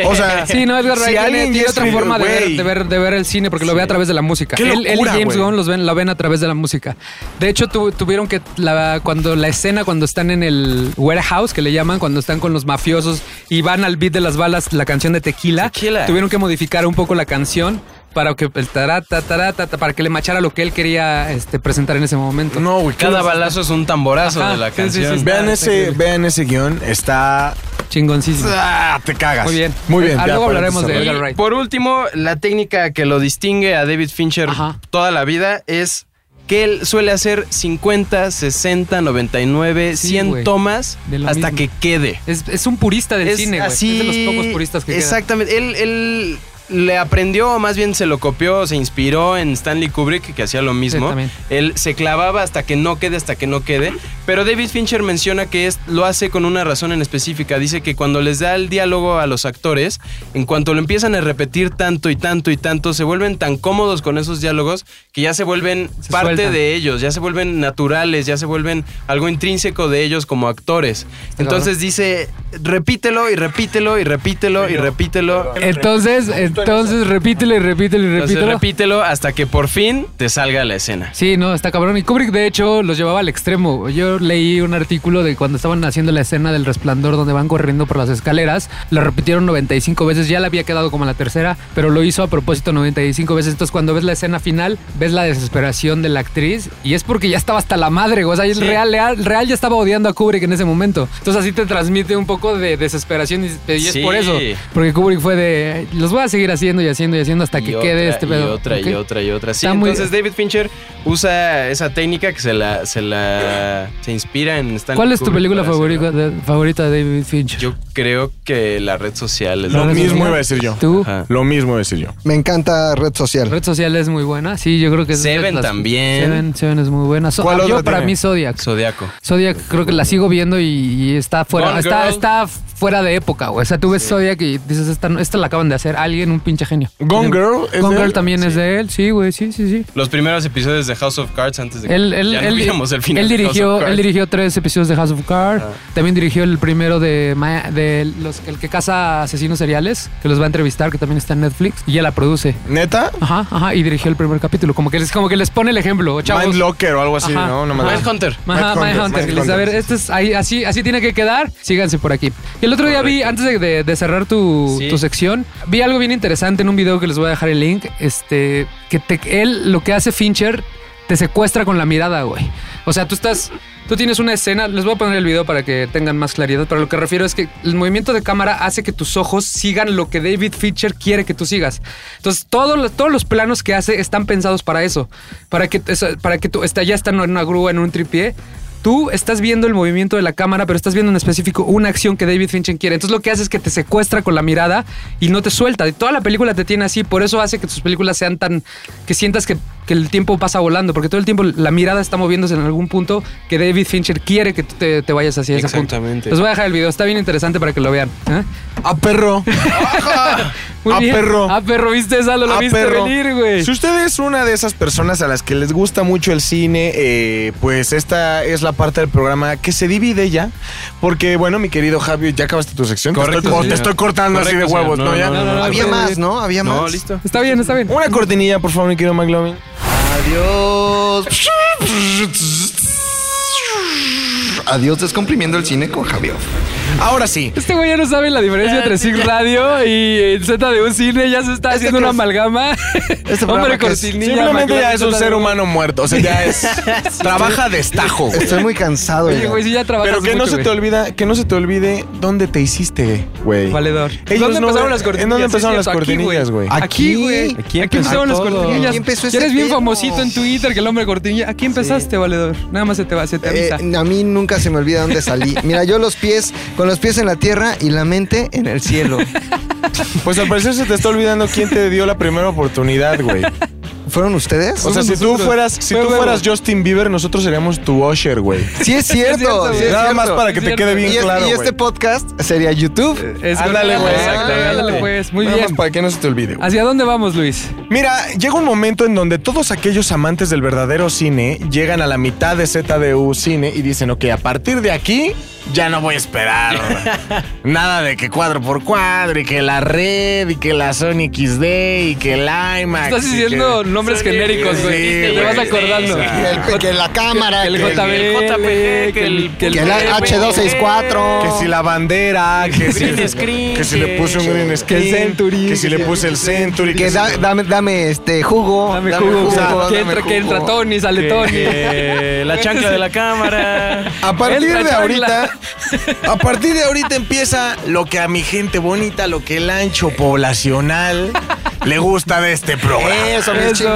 [SPEAKER 1] o sea,
[SPEAKER 2] Sí, no, Edgar
[SPEAKER 1] si
[SPEAKER 2] Wright tiene-
[SPEAKER 1] alguien
[SPEAKER 2] tiene,
[SPEAKER 1] ya
[SPEAKER 2] otra
[SPEAKER 1] escribió,
[SPEAKER 2] forma de ver,
[SPEAKER 1] güey,
[SPEAKER 2] de ver- de ver el cine porque lo ve a través de la música.
[SPEAKER 1] Qué
[SPEAKER 2] él, él
[SPEAKER 1] locura,
[SPEAKER 2] y
[SPEAKER 1] güey.
[SPEAKER 2] James Gunn los ven, la ven a través de la música. De hecho, tu- tuvieron que la, cuando la escena cuando están en el warehouse que le llaman, cuando están con los mafiosos y van al beat de las balas, la canción de Tequila,
[SPEAKER 4] Tequila.
[SPEAKER 2] tuvieron que modificar un poco la canción para que el tarata, tarata, para que le machara lo que él quería este, presentar en ese momento.
[SPEAKER 1] No, güey, qué
[SPEAKER 4] Cada
[SPEAKER 1] locura.
[SPEAKER 4] balazo es un tamborazo
[SPEAKER 2] Ajá,
[SPEAKER 4] de la
[SPEAKER 2] sí, sí, sí,
[SPEAKER 4] canción.
[SPEAKER 2] sí.
[SPEAKER 1] Vean
[SPEAKER 2] Ah,
[SPEAKER 1] ese,
[SPEAKER 2] increíble.
[SPEAKER 1] vean ese guión, está
[SPEAKER 2] Chingoncísimo.
[SPEAKER 1] Ah, te cagas.
[SPEAKER 2] Muy bien.
[SPEAKER 1] Muy bien.
[SPEAKER 2] Ah,
[SPEAKER 1] ya,
[SPEAKER 2] luego
[SPEAKER 1] para
[SPEAKER 2] hablaremos de
[SPEAKER 1] empezar.
[SPEAKER 4] Y
[SPEAKER 2] Edgar Wright.
[SPEAKER 4] por último, la técnica que lo distingue a David Fincher
[SPEAKER 2] Ajá.
[SPEAKER 4] toda la vida es que él suele hacer 50, 60, 99,
[SPEAKER 2] Sí,
[SPEAKER 4] 100
[SPEAKER 2] güey.
[SPEAKER 4] tomas
[SPEAKER 2] De lo
[SPEAKER 4] hasta
[SPEAKER 2] mismo.
[SPEAKER 4] que quede.
[SPEAKER 2] Es, es un purista del
[SPEAKER 4] Es
[SPEAKER 2] cine, güey.
[SPEAKER 4] así-
[SPEAKER 2] Es de los pocos puristas que quedan.
[SPEAKER 4] Exactamente. Él, él le aprendió, o más bien se lo copió, se inspiró en Stanley Kubrick, que hacía lo mismo.
[SPEAKER 2] también.
[SPEAKER 4] él se clavaba hasta que no quede, hasta que no quede. Pero David Fincher menciona que es, lo hace con una razón en específica. Dice que cuando les da el diálogo a los actores, en cuanto lo empiezan a repetir tanto y tanto y tanto, se vuelven tan cómodos con esos diálogos que ya se vuelven
[SPEAKER 2] Se
[SPEAKER 4] parte
[SPEAKER 2] sueltan.
[SPEAKER 4] de ellos, ya se vuelven naturales, ya se vuelven algo intrínseco de ellos como actores. Entonces dice, repítelo y repítelo y repítelo y repítelo.
[SPEAKER 2] Entonces, entonces repítelo y repítelo y
[SPEAKER 4] Entonces,
[SPEAKER 2] repítelo.
[SPEAKER 4] repítelo hasta que por fin te salga la escena.
[SPEAKER 2] Sí, no, está cabrón. Y Kubrick, de hecho, los llevaba al extremo. Yo leí un artículo de cuando estaban haciendo la escena del resplandor donde van corriendo por las escaleras. La repitieron 95 veces. Ya la había quedado como la tercera, pero lo hizo a propósito 95 veces. Entonces, cuando ves la escena final, ves la desesperación de la actriz. Y es porque ya estaba hasta la madre. güey. O sea, el real, real, real ya estaba odiando a Kubrick en ese momento. Entonces, así te transmite un poco de desesperación. Y, y es
[SPEAKER 4] Sí.
[SPEAKER 2] por eso. Porque Kubrick fue de. Los voy a seguir haciendo y haciendo y haciendo hasta
[SPEAKER 4] Y
[SPEAKER 2] que
[SPEAKER 4] otra,
[SPEAKER 2] quede este pedo.
[SPEAKER 4] Y otra,
[SPEAKER 2] ¿Ok?
[SPEAKER 4] y otra, y otra. Sí,
[SPEAKER 2] Está muy-
[SPEAKER 4] entonces David Fincher usa esa técnica que se la, se la Se inspira en Stanley
[SPEAKER 2] ¿Cuál es tu
[SPEAKER 4] Kubrick
[SPEAKER 2] película
[SPEAKER 4] para hacerlo.
[SPEAKER 2] favorita de, favorita de David Fincher?
[SPEAKER 4] Yo creo que la red social es
[SPEAKER 1] Lo
[SPEAKER 4] la-
[SPEAKER 2] Red
[SPEAKER 1] mismo
[SPEAKER 2] social.
[SPEAKER 1] iba a decir yo.
[SPEAKER 2] ¿Tú?
[SPEAKER 4] Ajá.
[SPEAKER 1] Lo mismo iba a decir yo.
[SPEAKER 3] Me encanta red social.
[SPEAKER 2] Red social es muy buena. Sí, yo creo que es
[SPEAKER 4] Seven también.
[SPEAKER 2] Seven, Seven es muy buena. So-
[SPEAKER 1] ¿Cuál
[SPEAKER 2] yo
[SPEAKER 1] otra
[SPEAKER 2] para
[SPEAKER 1] tiene?
[SPEAKER 2] mí Zodiac.
[SPEAKER 4] Zodiaco.
[SPEAKER 2] Zodiac creo que la sigo viendo y, y está fuera
[SPEAKER 4] Gone
[SPEAKER 2] está,
[SPEAKER 4] Girl.
[SPEAKER 2] está fuera de época, güey. O sea, tú ves Zodiac y dices, esta, no- esta la acaban de hacer alguien, un pinche genio.
[SPEAKER 1] Gone Girl es
[SPEAKER 2] Gone
[SPEAKER 1] de
[SPEAKER 2] Girl
[SPEAKER 1] él.
[SPEAKER 2] también es de él. Sí, güey, sí, sí, sí.
[SPEAKER 4] Los primeros episodios de House of Cards antes de que
[SPEAKER 2] Él, él-
[SPEAKER 4] ya no
[SPEAKER 2] él-
[SPEAKER 4] viéramos el final
[SPEAKER 2] él
[SPEAKER 4] de House of
[SPEAKER 2] dirigió, él
[SPEAKER 4] Cards. Ah.
[SPEAKER 2] dirigió tres episodios de House of Cards. También dirigió el primero de, Ma- de los, el que caza asesinos seriales, que los va a entrevistar, que también está en Netflix. Y ya la produce.
[SPEAKER 1] ¿Neta?
[SPEAKER 2] Ajá, ajá. Y dirigió el primer capítulo. Como que les, como que les pone el ejemplo, chavos.
[SPEAKER 1] Mind Locker o algo así,
[SPEAKER 2] Ajá.
[SPEAKER 1] ¿no? No me acuerdo.
[SPEAKER 4] Mindhunter.
[SPEAKER 2] Ajá,
[SPEAKER 1] Mindhunter,
[SPEAKER 2] Mindhunter, que les dice, A ver,
[SPEAKER 1] Mindhunter.
[SPEAKER 2] esto este es ahí, así, así tiene que quedar. Síganse por aquí. Y el otro día vi, antes de, de- de cerrar tu,
[SPEAKER 4] Sí.
[SPEAKER 2] tu sección, vi algo bien interesante en un video que les voy a dejar el link. Este, que te- él lo que hace Fincher te secuestra con la mirada, güey. O sea, tú estás, tú tienes una escena. Les voy a poner el video para que tengan más claridad. Pero lo que refiero es que el movimiento de cámara hace que tus ojos sigan lo que David Fincher quiere que tú sigas. Entonces, todos los, todos los planos que hace están pensados para eso, para que, eso- para que tú está, ya están en una grúa, en un tripié. Tú estás viendo el movimiento de la cámara, pero estás viendo en específico una acción que David Fincher quiere. Entonces lo que hace es que te secuestra con la mirada y no te suelta. Y toda la película te tiene así, por eso hace que tus películas sean tan... que sientas que, que el tiempo pasa volando, porque todo el tiempo la mirada está moviéndose en algún punto que David Fincher quiere que tú te, te vayas hacia ese punto.
[SPEAKER 4] Exactamente.
[SPEAKER 2] Les voy a dejar el video, está bien interesante para que lo vean. ¿eh?
[SPEAKER 1] A Ah, perro.
[SPEAKER 2] Muy
[SPEAKER 1] Ah,
[SPEAKER 2] bien.
[SPEAKER 1] perro.
[SPEAKER 2] Ah, perro, viste esa, lo,
[SPEAKER 1] Ah,
[SPEAKER 2] viste
[SPEAKER 1] perro.
[SPEAKER 2] venir, güey.
[SPEAKER 1] Si usted es una de esas personas a las que les gusta mucho el cine, eh, pues esta es la parte del programa que se divide ya. Porque, bueno, mi querido Javi, ya acabaste tu sección. Te
[SPEAKER 4] Correcto,
[SPEAKER 1] estoy co- te,
[SPEAKER 4] señor.
[SPEAKER 1] estoy cortando así de
[SPEAKER 4] Correcto,
[SPEAKER 1] huevos, ¿no?
[SPEAKER 4] señor. No,
[SPEAKER 1] Ya.
[SPEAKER 4] no, no, no.
[SPEAKER 3] Había
[SPEAKER 2] Pero-
[SPEAKER 3] más, ¿no? Había más.
[SPEAKER 4] No, Oh, listo.
[SPEAKER 2] Está bien, está bien.
[SPEAKER 1] Una cortinilla, por favor, mi querido McLovin.
[SPEAKER 3] Adiós. Adiós descomprimiendo el cine con Javier.
[SPEAKER 1] Ahora sí.
[SPEAKER 2] Este güey ya no sabe la diferencia entre SIG Radio y eh, Z de un cine, ya se está
[SPEAKER 1] Este
[SPEAKER 2] haciendo
[SPEAKER 3] qué
[SPEAKER 2] una
[SPEAKER 3] es?
[SPEAKER 2] amalgama.
[SPEAKER 3] programa
[SPEAKER 2] Hombre
[SPEAKER 3] qué es?
[SPEAKER 2] cortinilla.
[SPEAKER 1] Simplemente
[SPEAKER 2] McLovin,
[SPEAKER 1] ya es un
[SPEAKER 2] Z de
[SPEAKER 1] ser
[SPEAKER 2] U.
[SPEAKER 1] humano muerto. O sea, ya es. trabaja de estajo. güey.
[SPEAKER 3] Estoy muy cansado.
[SPEAKER 2] Oye,
[SPEAKER 3] ya.
[SPEAKER 2] güey, si ya trabajas
[SPEAKER 1] Pero que no
[SPEAKER 2] mucho,
[SPEAKER 1] se te
[SPEAKER 2] güey.
[SPEAKER 1] olvida, que no se te olvide dónde te hiciste, güey.
[SPEAKER 2] Valedor.
[SPEAKER 1] Ellos
[SPEAKER 2] ¿Dónde
[SPEAKER 1] no
[SPEAKER 2] empezaron
[SPEAKER 1] ven-
[SPEAKER 2] las cortinillas?
[SPEAKER 1] ¿En dónde
[SPEAKER 2] Sí,
[SPEAKER 1] empezaron
[SPEAKER 2] es
[SPEAKER 1] las
[SPEAKER 2] cierto, aquí,
[SPEAKER 1] cortinillas, güey?
[SPEAKER 2] Aquí, güey.
[SPEAKER 3] Aquí
[SPEAKER 2] Aquí
[SPEAKER 4] empezó
[SPEAKER 2] empezaron las
[SPEAKER 4] todo.
[SPEAKER 2] cortinillas.
[SPEAKER 3] Aquí empezó
[SPEAKER 2] Ya
[SPEAKER 3] ese
[SPEAKER 2] eres bien
[SPEAKER 3] pedo.
[SPEAKER 2] famosito en Twitter que el hombre cortinilla. Aquí empezaste, valedor. Nada más se te va, se te
[SPEAKER 3] Eh,
[SPEAKER 2] avisa.
[SPEAKER 3] a mí nunca se me olvida dónde salí. Mira, yo los pies, con los pies en la tierra y la mente en el cielo.
[SPEAKER 1] Pues al parecer se te está olvidando quién te dio la primera oportunidad, güey.
[SPEAKER 3] ¿Fueron ustedes?
[SPEAKER 1] O sea, si tú
[SPEAKER 2] nosotros.
[SPEAKER 1] fueras, si
[SPEAKER 2] Fue
[SPEAKER 1] tú
[SPEAKER 2] huevo.
[SPEAKER 1] fueras Justin Bieber, nosotros seríamos tu Usher, güey.
[SPEAKER 3] sí es cierto.
[SPEAKER 2] cierto,
[SPEAKER 3] sí
[SPEAKER 2] güey.
[SPEAKER 3] es
[SPEAKER 1] Nada
[SPEAKER 3] cierto.
[SPEAKER 1] más para que
[SPEAKER 2] es
[SPEAKER 1] te
[SPEAKER 2] cierto.
[SPEAKER 1] quede
[SPEAKER 3] Y,
[SPEAKER 1] bien
[SPEAKER 3] es-
[SPEAKER 1] claro,
[SPEAKER 3] y este
[SPEAKER 1] güey.
[SPEAKER 3] podcast sería YouTube.
[SPEAKER 2] Es
[SPEAKER 1] ándale, güey,
[SPEAKER 2] Ándale, ándale,
[SPEAKER 4] exactamente.
[SPEAKER 2] pues. Muy
[SPEAKER 1] Nada
[SPEAKER 2] bien. Ah.
[SPEAKER 1] más para que no se te olvide. güey.
[SPEAKER 2] ¿Hacia dónde vamos, Luis?
[SPEAKER 1] Mira, llega un momento en donde todos aquellos amantes del verdadero cine llegan a la mitad de ZDU Cine y dicen, ok, a partir de aquí ya no voy a esperar. Nada de que cuadro por cuadro y que la red y que la Sony XD y que el IMAX.
[SPEAKER 2] Estás
[SPEAKER 1] y
[SPEAKER 2] diciendo
[SPEAKER 1] que-
[SPEAKER 2] nombres genéricos, güey.
[SPEAKER 1] Sí,
[SPEAKER 2] Te
[SPEAKER 1] güey,
[SPEAKER 2] vas acordando.
[SPEAKER 1] sí,
[SPEAKER 3] El- que la cámara.
[SPEAKER 2] El
[SPEAKER 3] que-
[SPEAKER 2] JB, que el,
[SPEAKER 3] que el H264.
[SPEAKER 1] Que si la bandera, que si,
[SPEAKER 4] green screen,
[SPEAKER 1] que si le puse un green screen,
[SPEAKER 2] el Century,
[SPEAKER 1] que si le puse el Century,
[SPEAKER 3] que
[SPEAKER 1] si-
[SPEAKER 3] da- dame, dame este jugo.
[SPEAKER 2] Dame jugo,
[SPEAKER 3] dame
[SPEAKER 2] que entra, que entra
[SPEAKER 3] jugo.
[SPEAKER 2] Tony, sale Tony.
[SPEAKER 4] Eh, la chancla de la cámara.
[SPEAKER 1] A partir
[SPEAKER 2] Entra,
[SPEAKER 1] de ahorita,
[SPEAKER 2] chancla.
[SPEAKER 1] a partir de ahorita empieza lo que a mi gente bonita, lo que el ancho
[SPEAKER 3] Eh.
[SPEAKER 1] poblacional le gusta de este programa.
[SPEAKER 3] Eso, mis
[SPEAKER 2] Eso.
[SPEAKER 3] chingones.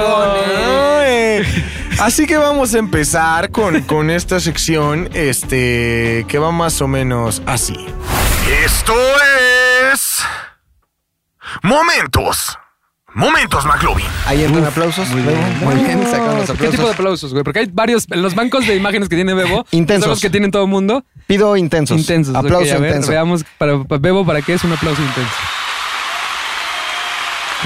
[SPEAKER 1] Ay. Así que vamos a empezar con, con esta sección, este, que va más o menos así.
[SPEAKER 5] Esto es. Momentos. Momentos, McLovin.
[SPEAKER 3] Ahí entran aplausos. Muy bien, sacan los
[SPEAKER 2] ¿Qué tipo de
[SPEAKER 3] aplausos.
[SPEAKER 2] aplausos, güey? Porque hay varios. en Los bancos de imágenes que tiene Bebo
[SPEAKER 3] Intensos.
[SPEAKER 2] son los que tienen todo el mundo.
[SPEAKER 3] Pido intensos.
[SPEAKER 2] Intensos. ok,
[SPEAKER 3] Aplauso
[SPEAKER 2] a ver,
[SPEAKER 3] intenso.
[SPEAKER 2] Veamos, para, para- Bebo, ¿para qué es un aplauso intenso?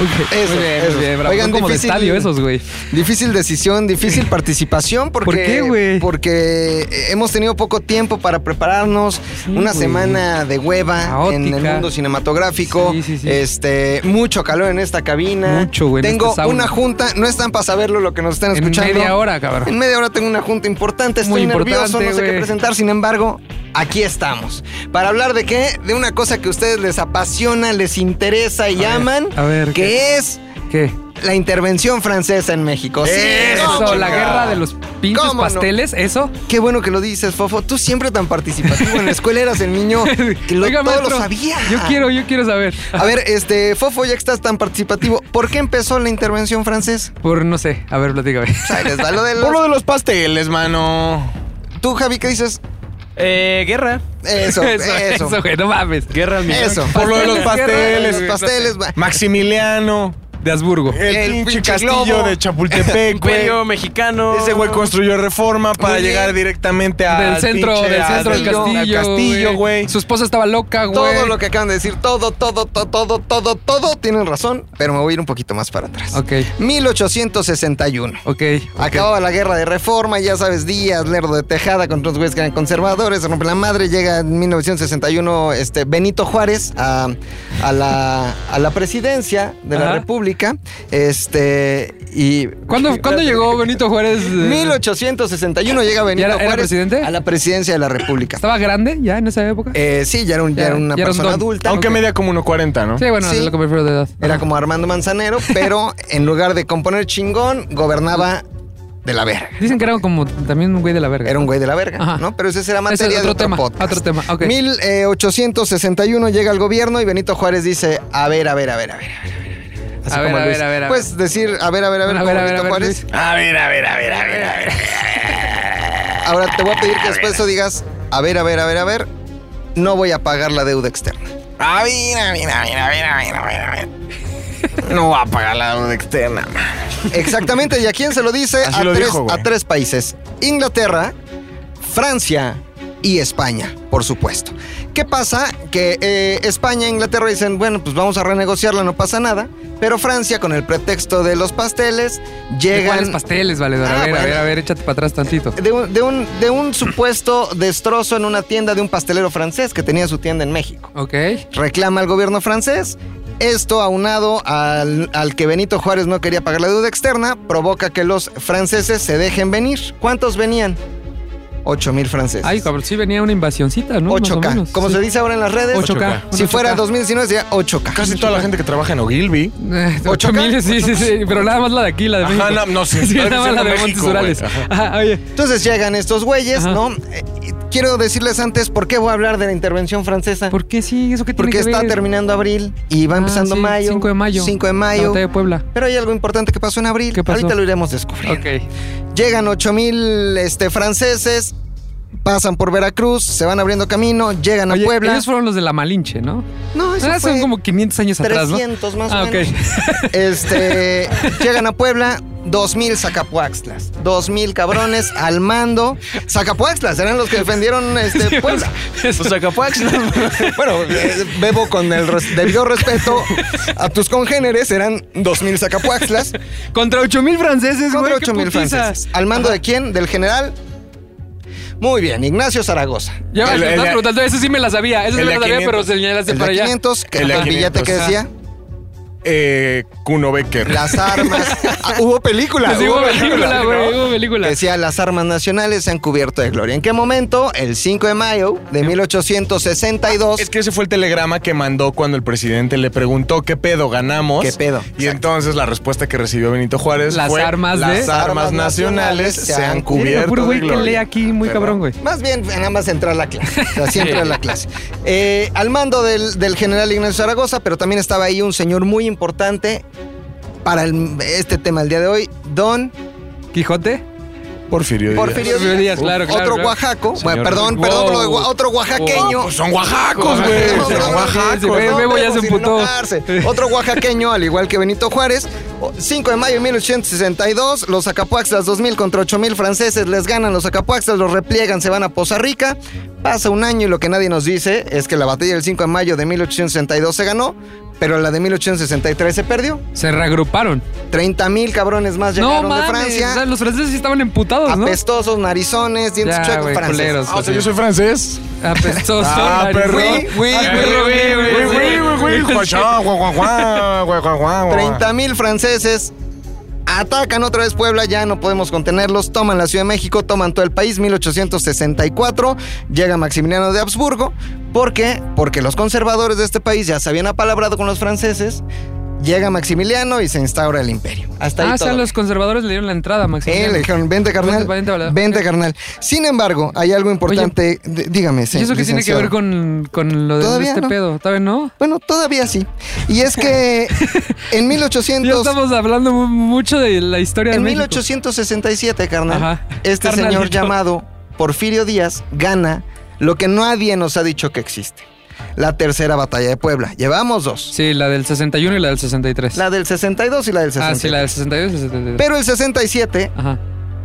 [SPEAKER 2] Ok,
[SPEAKER 3] Eso,
[SPEAKER 2] muy bien,
[SPEAKER 3] eso.
[SPEAKER 2] muy bien. bravo.
[SPEAKER 3] Oigan,
[SPEAKER 2] Son como
[SPEAKER 3] difícil-
[SPEAKER 2] de estadio esos, güey.
[SPEAKER 3] Difícil decisión, difícil participación porque
[SPEAKER 2] ¿Por qué, güey?
[SPEAKER 3] porque eh, hemos tenido poco tiempo para prepararnos, una
[SPEAKER 2] güey.
[SPEAKER 3] semana de hueva
[SPEAKER 2] Caótica.
[SPEAKER 3] en el mundo cinematográfico,
[SPEAKER 2] Sí, sí, sí.
[SPEAKER 3] este mucho calor en esta cabina.
[SPEAKER 2] Mucho, güey, en
[SPEAKER 3] Tengo
[SPEAKER 2] esta sauna.
[SPEAKER 3] una junta, no están para saberlo lo que nos están
[SPEAKER 2] En
[SPEAKER 3] escuchando.
[SPEAKER 2] media hora, cabrón.
[SPEAKER 3] En media hora tengo una junta importante, estoy
[SPEAKER 2] Muy importante,
[SPEAKER 3] nervioso, no sé qué
[SPEAKER 2] güey.
[SPEAKER 3] presentar, sin embargo, aquí estamos. Para hablar de qué? De una cosa que a ustedes les apasiona, les interesa y aman,
[SPEAKER 2] a ver,
[SPEAKER 3] que
[SPEAKER 2] ¿qué?
[SPEAKER 3] es
[SPEAKER 2] ¿Qué?
[SPEAKER 3] la intervención francesa en México. Sí,
[SPEAKER 1] Eso,
[SPEAKER 3] ¿cómo
[SPEAKER 2] Eso, la
[SPEAKER 3] chingado?
[SPEAKER 2] guerra de los pinches
[SPEAKER 3] ¿Cómo no?
[SPEAKER 2] pasteles, eso.
[SPEAKER 3] Qué bueno que lo dices, Fofo. Tú siempre tan participativo en la escuela eras el niño que lo,
[SPEAKER 2] Oiga,
[SPEAKER 3] todo
[SPEAKER 2] maestro,
[SPEAKER 3] lo sabía.
[SPEAKER 2] Yo quiero, yo quiero saber. Ah,
[SPEAKER 3] A ver, este, Fofo, ya que estás tan participativo, ¿por qué empezó la intervención francesa?
[SPEAKER 2] Por no sé, a ver, platícame.
[SPEAKER 3] O sea, les da lo de los-
[SPEAKER 1] Por lo de los pasteles, mano.
[SPEAKER 3] ¿Tú, Javi, qué dices?
[SPEAKER 4] Eh, guerra.
[SPEAKER 3] Eso, eso. Eso,
[SPEAKER 2] eso, güey, no mames.
[SPEAKER 4] Guerra al millón.
[SPEAKER 1] Por lo de los
[SPEAKER 2] Pasteles,
[SPEAKER 1] pasteles.
[SPEAKER 2] guerra,
[SPEAKER 3] pasteles, va.
[SPEAKER 1] Maximiliano.
[SPEAKER 2] De Habsburgo.
[SPEAKER 1] El,
[SPEAKER 3] El
[SPEAKER 1] pinche
[SPEAKER 3] pinche
[SPEAKER 1] castillo
[SPEAKER 3] globo.
[SPEAKER 1] de Chapultepec, güey.
[SPEAKER 4] Imperio mexicano.
[SPEAKER 1] Ese güey construyó reforma para
[SPEAKER 3] Muy bien.
[SPEAKER 1] llegar directamente al
[SPEAKER 2] Del centro,
[SPEAKER 1] pinche-
[SPEAKER 2] del centro del
[SPEAKER 1] al- al
[SPEAKER 2] castillo.
[SPEAKER 1] castillo, güey.
[SPEAKER 2] Su esposa estaba loca, güey.
[SPEAKER 3] Todo lo que acaban de decir, todo, todo, todo, todo, todo, todo, tienen razón, pero me voy a ir un poquito más para atrás.
[SPEAKER 2] Ok,
[SPEAKER 3] 1861.
[SPEAKER 2] ok. ok.
[SPEAKER 3] Acababa la guerra de reforma, ya sabes, Díaz, Lerdo de Tejada contra los güeyes que eran conservadores, se rompe la madre, llega en 1961 este, Benito Juárez a, a la, a la presidencia de la
[SPEAKER 2] Ajá.
[SPEAKER 3] República. Este, y
[SPEAKER 2] ¿Cuándo, ¿cuándo llegó Benito Juárez? eh?
[SPEAKER 3] 1861 llega Benito
[SPEAKER 2] era- era
[SPEAKER 3] Juárez
[SPEAKER 2] presidente?
[SPEAKER 3] a la presidencia de la República.
[SPEAKER 2] ¿Estaba grande ya en esa época?
[SPEAKER 3] Eh, sí, ya era, un- ya
[SPEAKER 2] Ya-
[SPEAKER 3] era una
[SPEAKER 2] ya era un
[SPEAKER 3] persona
[SPEAKER 2] don.
[SPEAKER 3] adulta.
[SPEAKER 1] Aunque
[SPEAKER 2] Ok.
[SPEAKER 1] media como 1.40, ¿no?
[SPEAKER 2] sí, bueno,
[SPEAKER 3] sí.
[SPEAKER 2] es lo que prefiero de edad.
[SPEAKER 3] Era como Armando Manzanero, pero en lugar de componer chingón, gobernaba de la verga.
[SPEAKER 2] Dicen que era como también un güey de la verga.
[SPEAKER 3] Era un güey de la verga,
[SPEAKER 2] Ajá.
[SPEAKER 3] ¿no? Pero ese era
[SPEAKER 2] Ese
[SPEAKER 3] materia
[SPEAKER 2] es otro
[SPEAKER 3] de otro
[SPEAKER 2] tema,
[SPEAKER 3] podcast. eh,
[SPEAKER 2] otro tema, ok.
[SPEAKER 3] 1861 llega al gobierno y Benito Juárez dice, a ver, a ver, a ver, a ver. a ver,
[SPEAKER 2] A ver,
[SPEAKER 3] como
[SPEAKER 2] a
[SPEAKER 3] Luis.
[SPEAKER 2] ver, a ver, a ver.
[SPEAKER 3] Pues decir, a ver, a ver, a ver,
[SPEAKER 2] A
[SPEAKER 3] como
[SPEAKER 2] ver, a ver,
[SPEAKER 3] Benito
[SPEAKER 2] a ver,
[SPEAKER 3] Juárez.
[SPEAKER 2] Luis.
[SPEAKER 5] A ver, a ver, a ver, a ver, a ver.
[SPEAKER 3] Ahora te voy a pedir que después eso digas, a ver, a ver, a ver, a ver, no voy a pagar la deuda externa.
[SPEAKER 5] A ver, a ver, a ver, a ver, a ver, a ver, a ver. No va a pagar la deuda externa, man.
[SPEAKER 3] Exactamente, ¿y a quién se lo dice?
[SPEAKER 1] Así
[SPEAKER 3] A,
[SPEAKER 1] lo
[SPEAKER 3] tres,
[SPEAKER 1] dijo, güey.
[SPEAKER 3] a tres países. Inglaterra, Francia y España, por supuesto. ¿Qué pasa? Que eh, España e Inglaterra dicen, bueno, pues vamos a renegociarla, no pasa nada. Pero Francia, con el pretexto de los pasteles,
[SPEAKER 2] ¿De
[SPEAKER 3] llegan...
[SPEAKER 2] ¿Cuáles pasteles, valedor?
[SPEAKER 3] Ah,
[SPEAKER 2] a ver, a ver,
[SPEAKER 3] bueno.
[SPEAKER 2] a ver, échate para atrás tantito.
[SPEAKER 3] De un, de, un, de un supuesto destrozo en una tienda de un pastelero francés que tenía su tienda en México.
[SPEAKER 2] Ok.
[SPEAKER 3] reclama al gobierno francés. Esto, aunado al, al que Benito Juárez no quería pagar la deuda externa, provoca que los franceses se dejen venir. ¿Cuántos venían? 8 mil franceses.
[SPEAKER 2] Ay, cabrón, sí venía una invasioncita, ¿no? Más o
[SPEAKER 3] 8K.
[SPEAKER 2] menos,
[SPEAKER 3] Como
[SPEAKER 2] sí.
[SPEAKER 3] se dice ahora en las redes.
[SPEAKER 2] 8K.
[SPEAKER 3] Si
[SPEAKER 2] Un
[SPEAKER 3] fuera
[SPEAKER 2] 8K.
[SPEAKER 3] 2019 sería 8K.
[SPEAKER 1] Casi toda la gente que trabaja en Ogilvy.
[SPEAKER 2] Eh,
[SPEAKER 3] ¿Ocho
[SPEAKER 2] 8000,
[SPEAKER 3] K?
[SPEAKER 2] sí, sí, sí, pero nada más la de aquí, la de
[SPEAKER 1] Ajá,
[SPEAKER 2] México.
[SPEAKER 1] no, no, sí,
[SPEAKER 2] sí,
[SPEAKER 1] estoy
[SPEAKER 2] nada más
[SPEAKER 1] diciendo
[SPEAKER 2] la de
[SPEAKER 1] México,
[SPEAKER 2] Montes
[SPEAKER 1] güey.
[SPEAKER 2] Urales.
[SPEAKER 1] Ajá.
[SPEAKER 2] Ajá, oye,
[SPEAKER 3] Entonces llegan estos güeyes,
[SPEAKER 2] Ajá.
[SPEAKER 3] ¿no? Eh, y Quiero decirles antes por qué voy a hablar de la intervención francesa.
[SPEAKER 2] ¿por qué sí? ¿Eso qué tiene
[SPEAKER 3] Porque
[SPEAKER 2] que ver?
[SPEAKER 3] está terminando abril y va
[SPEAKER 2] Ah,
[SPEAKER 3] empezando
[SPEAKER 2] sí,
[SPEAKER 3] mayo.
[SPEAKER 2] 5 de mayo.
[SPEAKER 3] 5 de
[SPEAKER 2] La
[SPEAKER 3] mayo.
[SPEAKER 2] batalla de Puebla.
[SPEAKER 3] Pero hay algo importante que pasó en abril.
[SPEAKER 2] ¿Qué pasó?
[SPEAKER 3] Ahorita lo iremos descubriendo.
[SPEAKER 2] Ok.
[SPEAKER 3] Llegan 8000 este, franceses, pasan por Veracruz, se van abriendo camino, llegan a
[SPEAKER 2] Oye,
[SPEAKER 3] Puebla.
[SPEAKER 2] ellos fueron los de la Malinche, ¿no?
[SPEAKER 3] No, eso
[SPEAKER 2] Ah,
[SPEAKER 3] fue
[SPEAKER 2] son como 500 años atrás, ¿no?
[SPEAKER 3] 300 más o
[SPEAKER 2] Ah, ok.
[SPEAKER 3] menos. Este, llegan a Puebla, 2000 Zacapuaxtlas, 2000 cabrones al mando. Zacapuaxtlas eran los que defendieron este, Puebla.
[SPEAKER 2] Eso-
[SPEAKER 3] Bueno, eh, bebo con el res- debido respeto a tus congéneres, eran 2000 Zacapuaxtlas.
[SPEAKER 2] Contra 8000 franceses, güey.
[SPEAKER 3] Contra
[SPEAKER 2] qué
[SPEAKER 3] 8000
[SPEAKER 2] putiza.
[SPEAKER 3] franceses. ¿Al mando de quién? ¿Del general? Muy bien, Ignacio Zaragoza.
[SPEAKER 2] Ya me
[SPEAKER 1] El-
[SPEAKER 2] estás
[SPEAKER 1] el-
[SPEAKER 2] preguntando, eso sí me la sabía, eso sí
[SPEAKER 1] el
[SPEAKER 2] me
[SPEAKER 1] de
[SPEAKER 2] la sabía,
[SPEAKER 1] 500.
[SPEAKER 2] pero señalaste
[SPEAKER 3] El
[SPEAKER 2] para
[SPEAKER 3] de
[SPEAKER 2] allá.
[SPEAKER 3] 500, que
[SPEAKER 1] El de
[SPEAKER 3] el billete que
[SPEAKER 1] 500,
[SPEAKER 3] decía,
[SPEAKER 1] Eh, Kuno Becker.
[SPEAKER 3] las armas. Ah, hubo película.
[SPEAKER 2] Pues sí, hubo película,
[SPEAKER 3] ¿no?
[SPEAKER 2] güey, hubo
[SPEAKER 3] Que
[SPEAKER 2] película.
[SPEAKER 3] Decía, las armas nacionales se han cubierto de gloria. ¿En qué momento? El 5 de mayo de 1862.
[SPEAKER 1] Ah, Es que ese fue el telegrama que mandó cuando el presidente le preguntó qué pedo ganamos.
[SPEAKER 3] ¿Qué pedo?
[SPEAKER 1] Y entonces la respuesta que recibió Benito Juárez
[SPEAKER 2] Las
[SPEAKER 1] fue
[SPEAKER 2] armas de-
[SPEAKER 1] las armas nacionales se han cubierto.
[SPEAKER 2] Puro güey
[SPEAKER 1] de
[SPEAKER 2] que
[SPEAKER 1] gloria".
[SPEAKER 2] lee aquí muy cabrón, güey.
[SPEAKER 3] Más bien, nada más entrar a la clase. O sea, sí entró a la clase. Eh, al mando del, del general Ignacio Zaragoza, pero también estaba ahí un señor muy importante para el- este tema el día de hoy, Don
[SPEAKER 2] ¿Quijote?
[SPEAKER 1] Porfirio Díaz.
[SPEAKER 3] Porfirio
[SPEAKER 2] Porfirio Díaz,
[SPEAKER 3] Díaz.
[SPEAKER 2] claro, claro,
[SPEAKER 3] Otro
[SPEAKER 2] claro.
[SPEAKER 3] oaxaco. Bueno,
[SPEAKER 1] Señor.
[SPEAKER 3] perdón, perdón,
[SPEAKER 2] Wow.
[SPEAKER 3] lo de gua- otro oaxaqueño.
[SPEAKER 1] Pues son oaxacos,
[SPEAKER 2] Pues,
[SPEAKER 1] güey.
[SPEAKER 2] no,
[SPEAKER 1] Son
[SPEAKER 2] no, no,
[SPEAKER 1] oaxacos.
[SPEAKER 2] sí, güey. Bebo
[SPEAKER 3] no,
[SPEAKER 2] ya
[SPEAKER 3] no,
[SPEAKER 2] se
[SPEAKER 3] sin
[SPEAKER 2] emputó.
[SPEAKER 3] enojarse. Otro oaxaqueño, al igual que Benito Juárez. O- 5 de mayo de 1862, los Acapuaxtlas 2000 contra 8000 franceses les ganan los Acapuaxtlas, los repliegan, se van a Poza Rica. Pasa un año y lo que nadie nos dice es que la batalla del 5 de mayo de 1862 se ganó, pero la de 1863 se perdió.
[SPEAKER 2] Se reagruparon.
[SPEAKER 3] 30 mil cabrones más
[SPEAKER 2] No
[SPEAKER 3] llegaron de
[SPEAKER 2] mames,
[SPEAKER 3] Francia.
[SPEAKER 2] o sea, los franceses sí estaban emputados, ¿no?
[SPEAKER 3] Apestosos, narizones, dientes
[SPEAKER 2] Ya,
[SPEAKER 3] chuecos
[SPEAKER 2] güey,
[SPEAKER 3] franceses.
[SPEAKER 2] culeros.
[SPEAKER 1] Ah, o sea, yo soy francés.
[SPEAKER 2] Apestosos.
[SPEAKER 1] Ah,
[SPEAKER 2] nariz-
[SPEAKER 1] perro.
[SPEAKER 2] Ah,
[SPEAKER 3] Güey,
[SPEAKER 2] perro, güey, güey,
[SPEAKER 1] Güey,
[SPEAKER 2] Ah, sí.
[SPEAKER 1] güey, güey, güey. Guachá, guau, guau, guau, guau, guau, guau.
[SPEAKER 3] 30 mil franceses atacan otra vez Puebla, ya no podemos contenerlos, toman la Ciudad de México, toman todo el país, 1864, llega Maximiliano de Habsburgo, ¿por qué? Porque los conservadores de este país ya se habían apalabrado con los franceses, llega Maximiliano y se instaura el imperio. Hasta ahí
[SPEAKER 2] Ah, o
[SPEAKER 3] todo.
[SPEAKER 2] sea, los conservadores le dieron la entrada, Max.
[SPEAKER 3] Eh, le dijeron, vente carnal,
[SPEAKER 2] Vente, vente,
[SPEAKER 3] vente,
[SPEAKER 2] vale.
[SPEAKER 3] carnal. Sin embargo, hay algo importante, d- dígame.
[SPEAKER 2] ¿Y eso qué tiene que ver
[SPEAKER 3] licenciado.
[SPEAKER 2] con, con lo de
[SPEAKER 3] Todavía
[SPEAKER 2] este
[SPEAKER 3] no.
[SPEAKER 2] pedo? ¿Todavía no?
[SPEAKER 3] Bueno, todavía sí. Y es que en
[SPEAKER 2] Ya
[SPEAKER 3] 1800...
[SPEAKER 2] estamos hablando mu- mucho de la historia de
[SPEAKER 3] En
[SPEAKER 2] México.
[SPEAKER 3] 1867, carnal,
[SPEAKER 2] Ajá.
[SPEAKER 3] este
[SPEAKER 2] Carnalito.
[SPEAKER 3] señor llamado Porfirio Díaz gana lo que nadie nos ha dicho que existe. La tercera batalla de Puebla. Llevamos dos.
[SPEAKER 2] Sí, la del 61 y la del 63.
[SPEAKER 3] La del 62 y la del 63.
[SPEAKER 2] Ah, sí, la del 62 y 63.
[SPEAKER 3] Pero el 67
[SPEAKER 2] Ajá.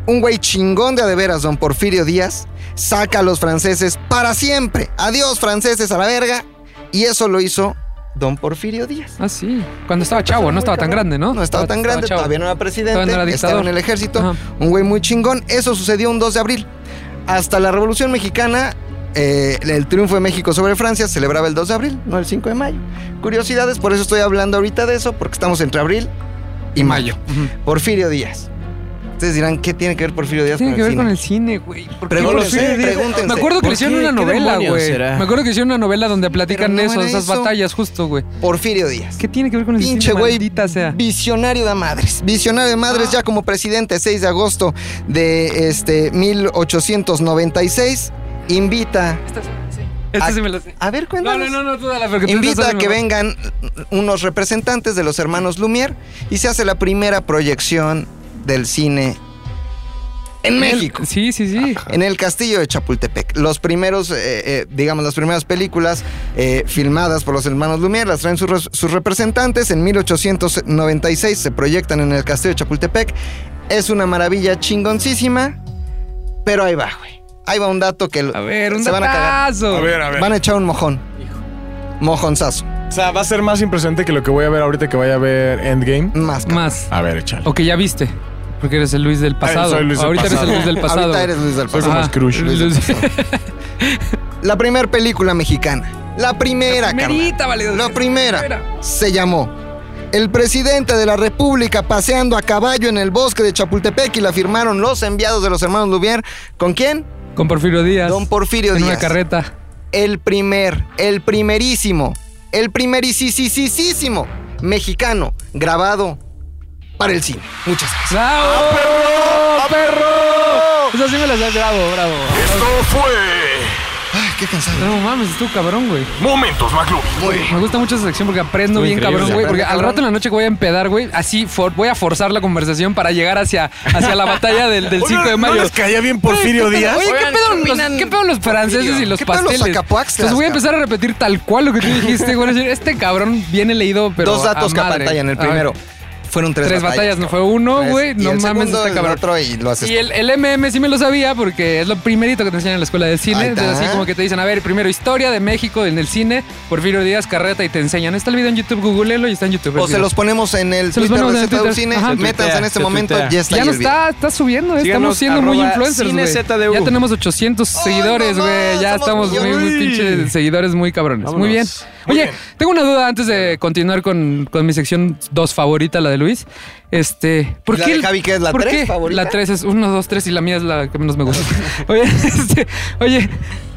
[SPEAKER 3] un güey chingón de a de veras, don Porfirio Díaz, saca a los franceses para siempre. Adiós, franceses, a la verga. Y eso lo hizo don Porfirio Díaz.
[SPEAKER 2] Ah, sí. Cuando estaba chavo, no estaba tan grande, ¿no?
[SPEAKER 3] No estaba tan grande,
[SPEAKER 2] chavo.
[SPEAKER 3] todavía no era presidente,
[SPEAKER 2] Todavía no era
[SPEAKER 3] estaba
[SPEAKER 2] dictador.
[SPEAKER 3] en el ejército.
[SPEAKER 2] Ajá.
[SPEAKER 3] Un güey muy chingón. Eso sucedió un 2 de abril. Hasta la Revolución Mexicana, eh, el triunfo de México sobre Francia se celebraba el 2 de abril, no el 5 de mayo. Curiosidades, por eso estoy hablando ahorita de eso, porque estamos entre abril y mayo.
[SPEAKER 2] Ujú.
[SPEAKER 3] Porfirio Díaz. Ustedes dirán, ¿qué tiene que ver Porfirio Díaz
[SPEAKER 2] Tiene
[SPEAKER 3] con
[SPEAKER 2] que
[SPEAKER 3] el
[SPEAKER 2] ver
[SPEAKER 3] cine?
[SPEAKER 2] con el cine, güey. ¿Por qué
[SPEAKER 3] Pregúntense,
[SPEAKER 2] Porfirio Díaz?
[SPEAKER 3] pregúntense.
[SPEAKER 2] Me acuerdo que
[SPEAKER 4] ¿Por
[SPEAKER 2] le hicieron
[SPEAKER 4] qué?
[SPEAKER 2] una
[SPEAKER 4] ¿Qué
[SPEAKER 2] novela,
[SPEAKER 4] demonios
[SPEAKER 2] güey.
[SPEAKER 4] será?
[SPEAKER 2] Me acuerdo que hicieron una novela donde platican
[SPEAKER 3] no
[SPEAKER 2] eso,
[SPEAKER 3] era
[SPEAKER 2] esas
[SPEAKER 3] eso.
[SPEAKER 2] batallas, justo, güey.
[SPEAKER 3] Porfirio Díaz.
[SPEAKER 2] ¿Qué tiene que ver con el
[SPEAKER 3] Pinche
[SPEAKER 2] cine,
[SPEAKER 3] güey,
[SPEAKER 2] maldita sea? Ah.
[SPEAKER 3] visionario de madres. Visionario de madres ya como presidente 6 de agosto de este 1896 invita
[SPEAKER 2] Esta sí, sí. Esta
[SPEAKER 3] Ah,
[SPEAKER 2] Este sí me la sé.
[SPEAKER 3] a ver
[SPEAKER 2] No,
[SPEAKER 3] cuéntanos.
[SPEAKER 2] no, no, no, toda la porque tú te
[SPEAKER 3] Invita
[SPEAKER 2] sabes
[SPEAKER 3] a que
[SPEAKER 2] mejor.
[SPEAKER 3] vengan unos representantes de los hermanos Lumière y se hace la primera proyección del cine en México.
[SPEAKER 2] Sí, sí, sí.
[SPEAKER 3] En el castillo de Chapultepec. Los primeros, eh, eh, digamos, las primeras películas eh, filmadas por los hermanos Lumière las traen sus, res- sus representantes. En 1896 se proyectan en el castillo de Chapultepec. Es una maravilla chingoncísima, pero ahí va, güey. Ahí va un dato que
[SPEAKER 2] A ver, un
[SPEAKER 3] se van a cagar.
[SPEAKER 2] datazo.
[SPEAKER 1] A ver, a ver.
[SPEAKER 3] Van a echar un mojón. Mojonzazo.
[SPEAKER 1] O sea, va a ser más impresionante que lo que voy a ver ahorita que vaya a ver Endgame.
[SPEAKER 3] Más. cabrón.
[SPEAKER 2] Más.
[SPEAKER 1] A ver, échale.
[SPEAKER 2] O que ya viste. Porque eres el Luis del pasado.
[SPEAKER 1] soy Luis del
[SPEAKER 2] Ahorita
[SPEAKER 1] pasado.
[SPEAKER 2] eres el Luis del pasado.
[SPEAKER 3] Ahorita eres Luis del
[SPEAKER 1] Soy
[SPEAKER 3] Paso.
[SPEAKER 1] como
[SPEAKER 2] Ajá.
[SPEAKER 1] Scrooge.
[SPEAKER 2] Luis del pasado.
[SPEAKER 3] La primera película mexicana. La primera, carnal.
[SPEAKER 2] Primerita, vale.
[SPEAKER 3] La primera se llamó El presidente de la República paseando a caballo en el bosque de Chapultepec y la firmaron los enviados de los hermanos Lumière. ¿Con quién?
[SPEAKER 2] Con Porfirio Díaz.
[SPEAKER 3] Don Porfirio
[SPEAKER 2] en
[SPEAKER 3] Díaz.
[SPEAKER 2] una carreta.
[SPEAKER 3] El primer, el primerísimo, el primerísimo mexicano grabado para el cine. Muchas gracias. Ah,
[SPEAKER 2] ¡Bravo! perro! Eso sí me las das, bravo, bravo.
[SPEAKER 5] Esto fue
[SPEAKER 3] Ay, qué cansado.
[SPEAKER 2] No mames, estuvo cabrón, güey.
[SPEAKER 5] Momentos McLovin.
[SPEAKER 2] Me gusta mucho esa sección porque aprendo bien cabrón, güey. Porque al
[SPEAKER 3] cabrón.
[SPEAKER 2] rato en la noche que voy a empedar, güey, así for- voy a forzar la conversación para llegar hacia, hacia la batalla del, del 5 de
[SPEAKER 1] ¿No
[SPEAKER 2] mayo.
[SPEAKER 1] les caía bien Porfirio Díaz?
[SPEAKER 2] Oye, ¿qué
[SPEAKER 4] Oigan,
[SPEAKER 2] pedo,
[SPEAKER 4] combinan
[SPEAKER 2] los, ¿qué pedo los franceses y los
[SPEAKER 3] ¿Qué pedo los
[SPEAKER 2] pasteles?
[SPEAKER 3] acapuaxtlas,
[SPEAKER 2] Entonces voy a
[SPEAKER 3] cabrón?
[SPEAKER 2] empezar a repetir tal cual lo que tú dijiste, güey. Es decir, Este cabrón viene leído, pero
[SPEAKER 3] Dos datos
[SPEAKER 2] a
[SPEAKER 3] que
[SPEAKER 2] madre.
[SPEAKER 3] apantallan. El
[SPEAKER 2] A ver,
[SPEAKER 3] primero fueron tres,
[SPEAKER 2] tres batallas, no
[SPEAKER 3] cabrón.
[SPEAKER 2] fue uno,
[SPEAKER 3] Tres.
[SPEAKER 2] güey.
[SPEAKER 3] Y
[SPEAKER 2] No
[SPEAKER 3] el
[SPEAKER 2] mames,
[SPEAKER 3] segundo,
[SPEAKER 2] este
[SPEAKER 3] el
[SPEAKER 2] cabrón.
[SPEAKER 3] otro y lo haces
[SPEAKER 2] Y el, el MM sí me lo sabía porque es lo primerito que te enseñan en la escuela del cine.
[SPEAKER 3] Ahí está.
[SPEAKER 2] Entonces, así como que te dicen, a ver, primero historia de México en el cine, Porfirio Díaz Carreta y te enseñan. Está el video en YouTube, googlelo y está en YouTube. el
[SPEAKER 3] O se
[SPEAKER 2] video.
[SPEAKER 3] los ponemos en el
[SPEAKER 2] Se los
[SPEAKER 3] Twitter
[SPEAKER 2] ponemos en
[SPEAKER 3] de
[SPEAKER 2] el
[SPEAKER 3] ZDU
[SPEAKER 2] Twitter.
[SPEAKER 3] Cine.
[SPEAKER 2] Ajá.
[SPEAKER 3] Métanse en este
[SPEAKER 4] Se
[SPEAKER 3] momento.
[SPEAKER 4] tuitea.
[SPEAKER 3] Ya está.
[SPEAKER 2] ya
[SPEAKER 3] ahí
[SPEAKER 2] no
[SPEAKER 3] el video.
[SPEAKER 2] está, está subiendo, eh.
[SPEAKER 4] Síganos,
[SPEAKER 2] estamos siendo muy
[SPEAKER 4] arroba
[SPEAKER 2] influencers,
[SPEAKER 4] Cine
[SPEAKER 2] güey.
[SPEAKER 4] ZDU.
[SPEAKER 2] Ya tenemos 800
[SPEAKER 3] ¡Ay,
[SPEAKER 2] seguidores,
[SPEAKER 3] mamá!
[SPEAKER 2] güey. Ya
[SPEAKER 3] Somos
[SPEAKER 2] estamos muy,
[SPEAKER 3] millones.
[SPEAKER 2] muy pinche seguidores muy cabrones. Muy
[SPEAKER 4] Vámonos.
[SPEAKER 2] bien. Oye, tengo una duda antes de continuar con, con mi sección 2 favorita, la de Luis. Este, ¿por
[SPEAKER 3] ¿Y la
[SPEAKER 2] qué
[SPEAKER 3] de
[SPEAKER 2] el-
[SPEAKER 3] Javi, qué es la
[SPEAKER 2] por
[SPEAKER 3] tres
[SPEAKER 2] qué
[SPEAKER 3] favorita?
[SPEAKER 2] La 3 es 1 2 3 y la mía es la que menos me gusta. oye, este, oye,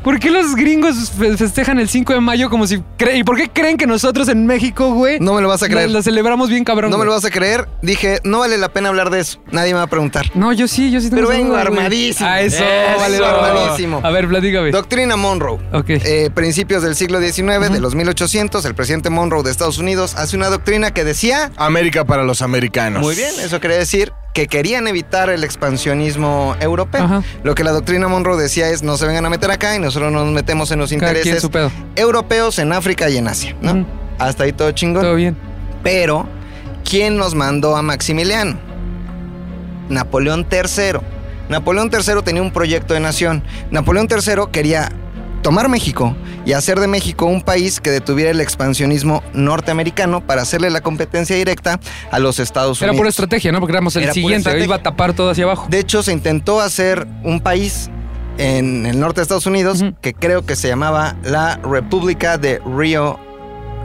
[SPEAKER 2] ¿por qué los gringos fe- festejan el 5 de mayo como si cre- y por qué creen que nosotros en México, güey?
[SPEAKER 3] No me lo vas a
[SPEAKER 2] la-
[SPEAKER 3] creer.
[SPEAKER 2] La, celebramos bien cabrón.
[SPEAKER 3] No me
[SPEAKER 2] güey?
[SPEAKER 3] lo vas a creer. Dije, no vale la pena hablar de eso. Nadie me va a preguntar.
[SPEAKER 2] No, yo sí, yo sí tengo
[SPEAKER 3] Pero
[SPEAKER 2] esa
[SPEAKER 3] vengo
[SPEAKER 2] duda, güey.
[SPEAKER 3] armadísimo.
[SPEAKER 2] Ah, eso,
[SPEAKER 4] Eso.
[SPEAKER 2] vale,
[SPEAKER 4] Vengo
[SPEAKER 2] vale.
[SPEAKER 3] armadísimo.
[SPEAKER 2] A ver, platícame.
[SPEAKER 3] Doctrina Monroe.
[SPEAKER 2] Ok.
[SPEAKER 3] Eh, principios del siglo XIX, de los 1800, el presidente Monroe de Estados Unidos hace una doctrina que decía...
[SPEAKER 1] América para los americanos.
[SPEAKER 3] Muy bien, eso quería decir que querían evitar el expansionismo europeo.
[SPEAKER 2] Ajá.
[SPEAKER 3] Lo que la doctrina Monroe decía es no se vengan a meter acá y nosotros nos metemos en los
[SPEAKER 2] Cada quien
[SPEAKER 3] intereses
[SPEAKER 2] su pedo.
[SPEAKER 3] europeos en África y en Asia, ¿no?
[SPEAKER 2] Ujú.
[SPEAKER 3] Hasta ahí todo chingón.
[SPEAKER 2] Todo bien.
[SPEAKER 3] Pero, ¿quién nos mandó a Maximiliano? Napoleón III. Napoleón III tenía un proyecto de nación. Napoleón III quería tomar México y hacer de México un país que detuviera el expansionismo norteamericano para hacerle la competencia directa a los Estados
[SPEAKER 2] Era
[SPEAKER 3] Unidos.
[SPEAKER 2] pura estrategia, ¿no? Porque éramos el
[SPEAKER 3] Era pura
[SPEAKER 2] siguiente.
[SPEAKER 3] estrategia.
[SPEAKER 2] Iba a tapar todo hacia abajo.
[SPEAKER 3] De hecho, se intentó hacer un país en el norte de Estados Unidos
[SPEAKER 2] Ujú.
[SPEAKER 3] que creo que se llamaba la República de Río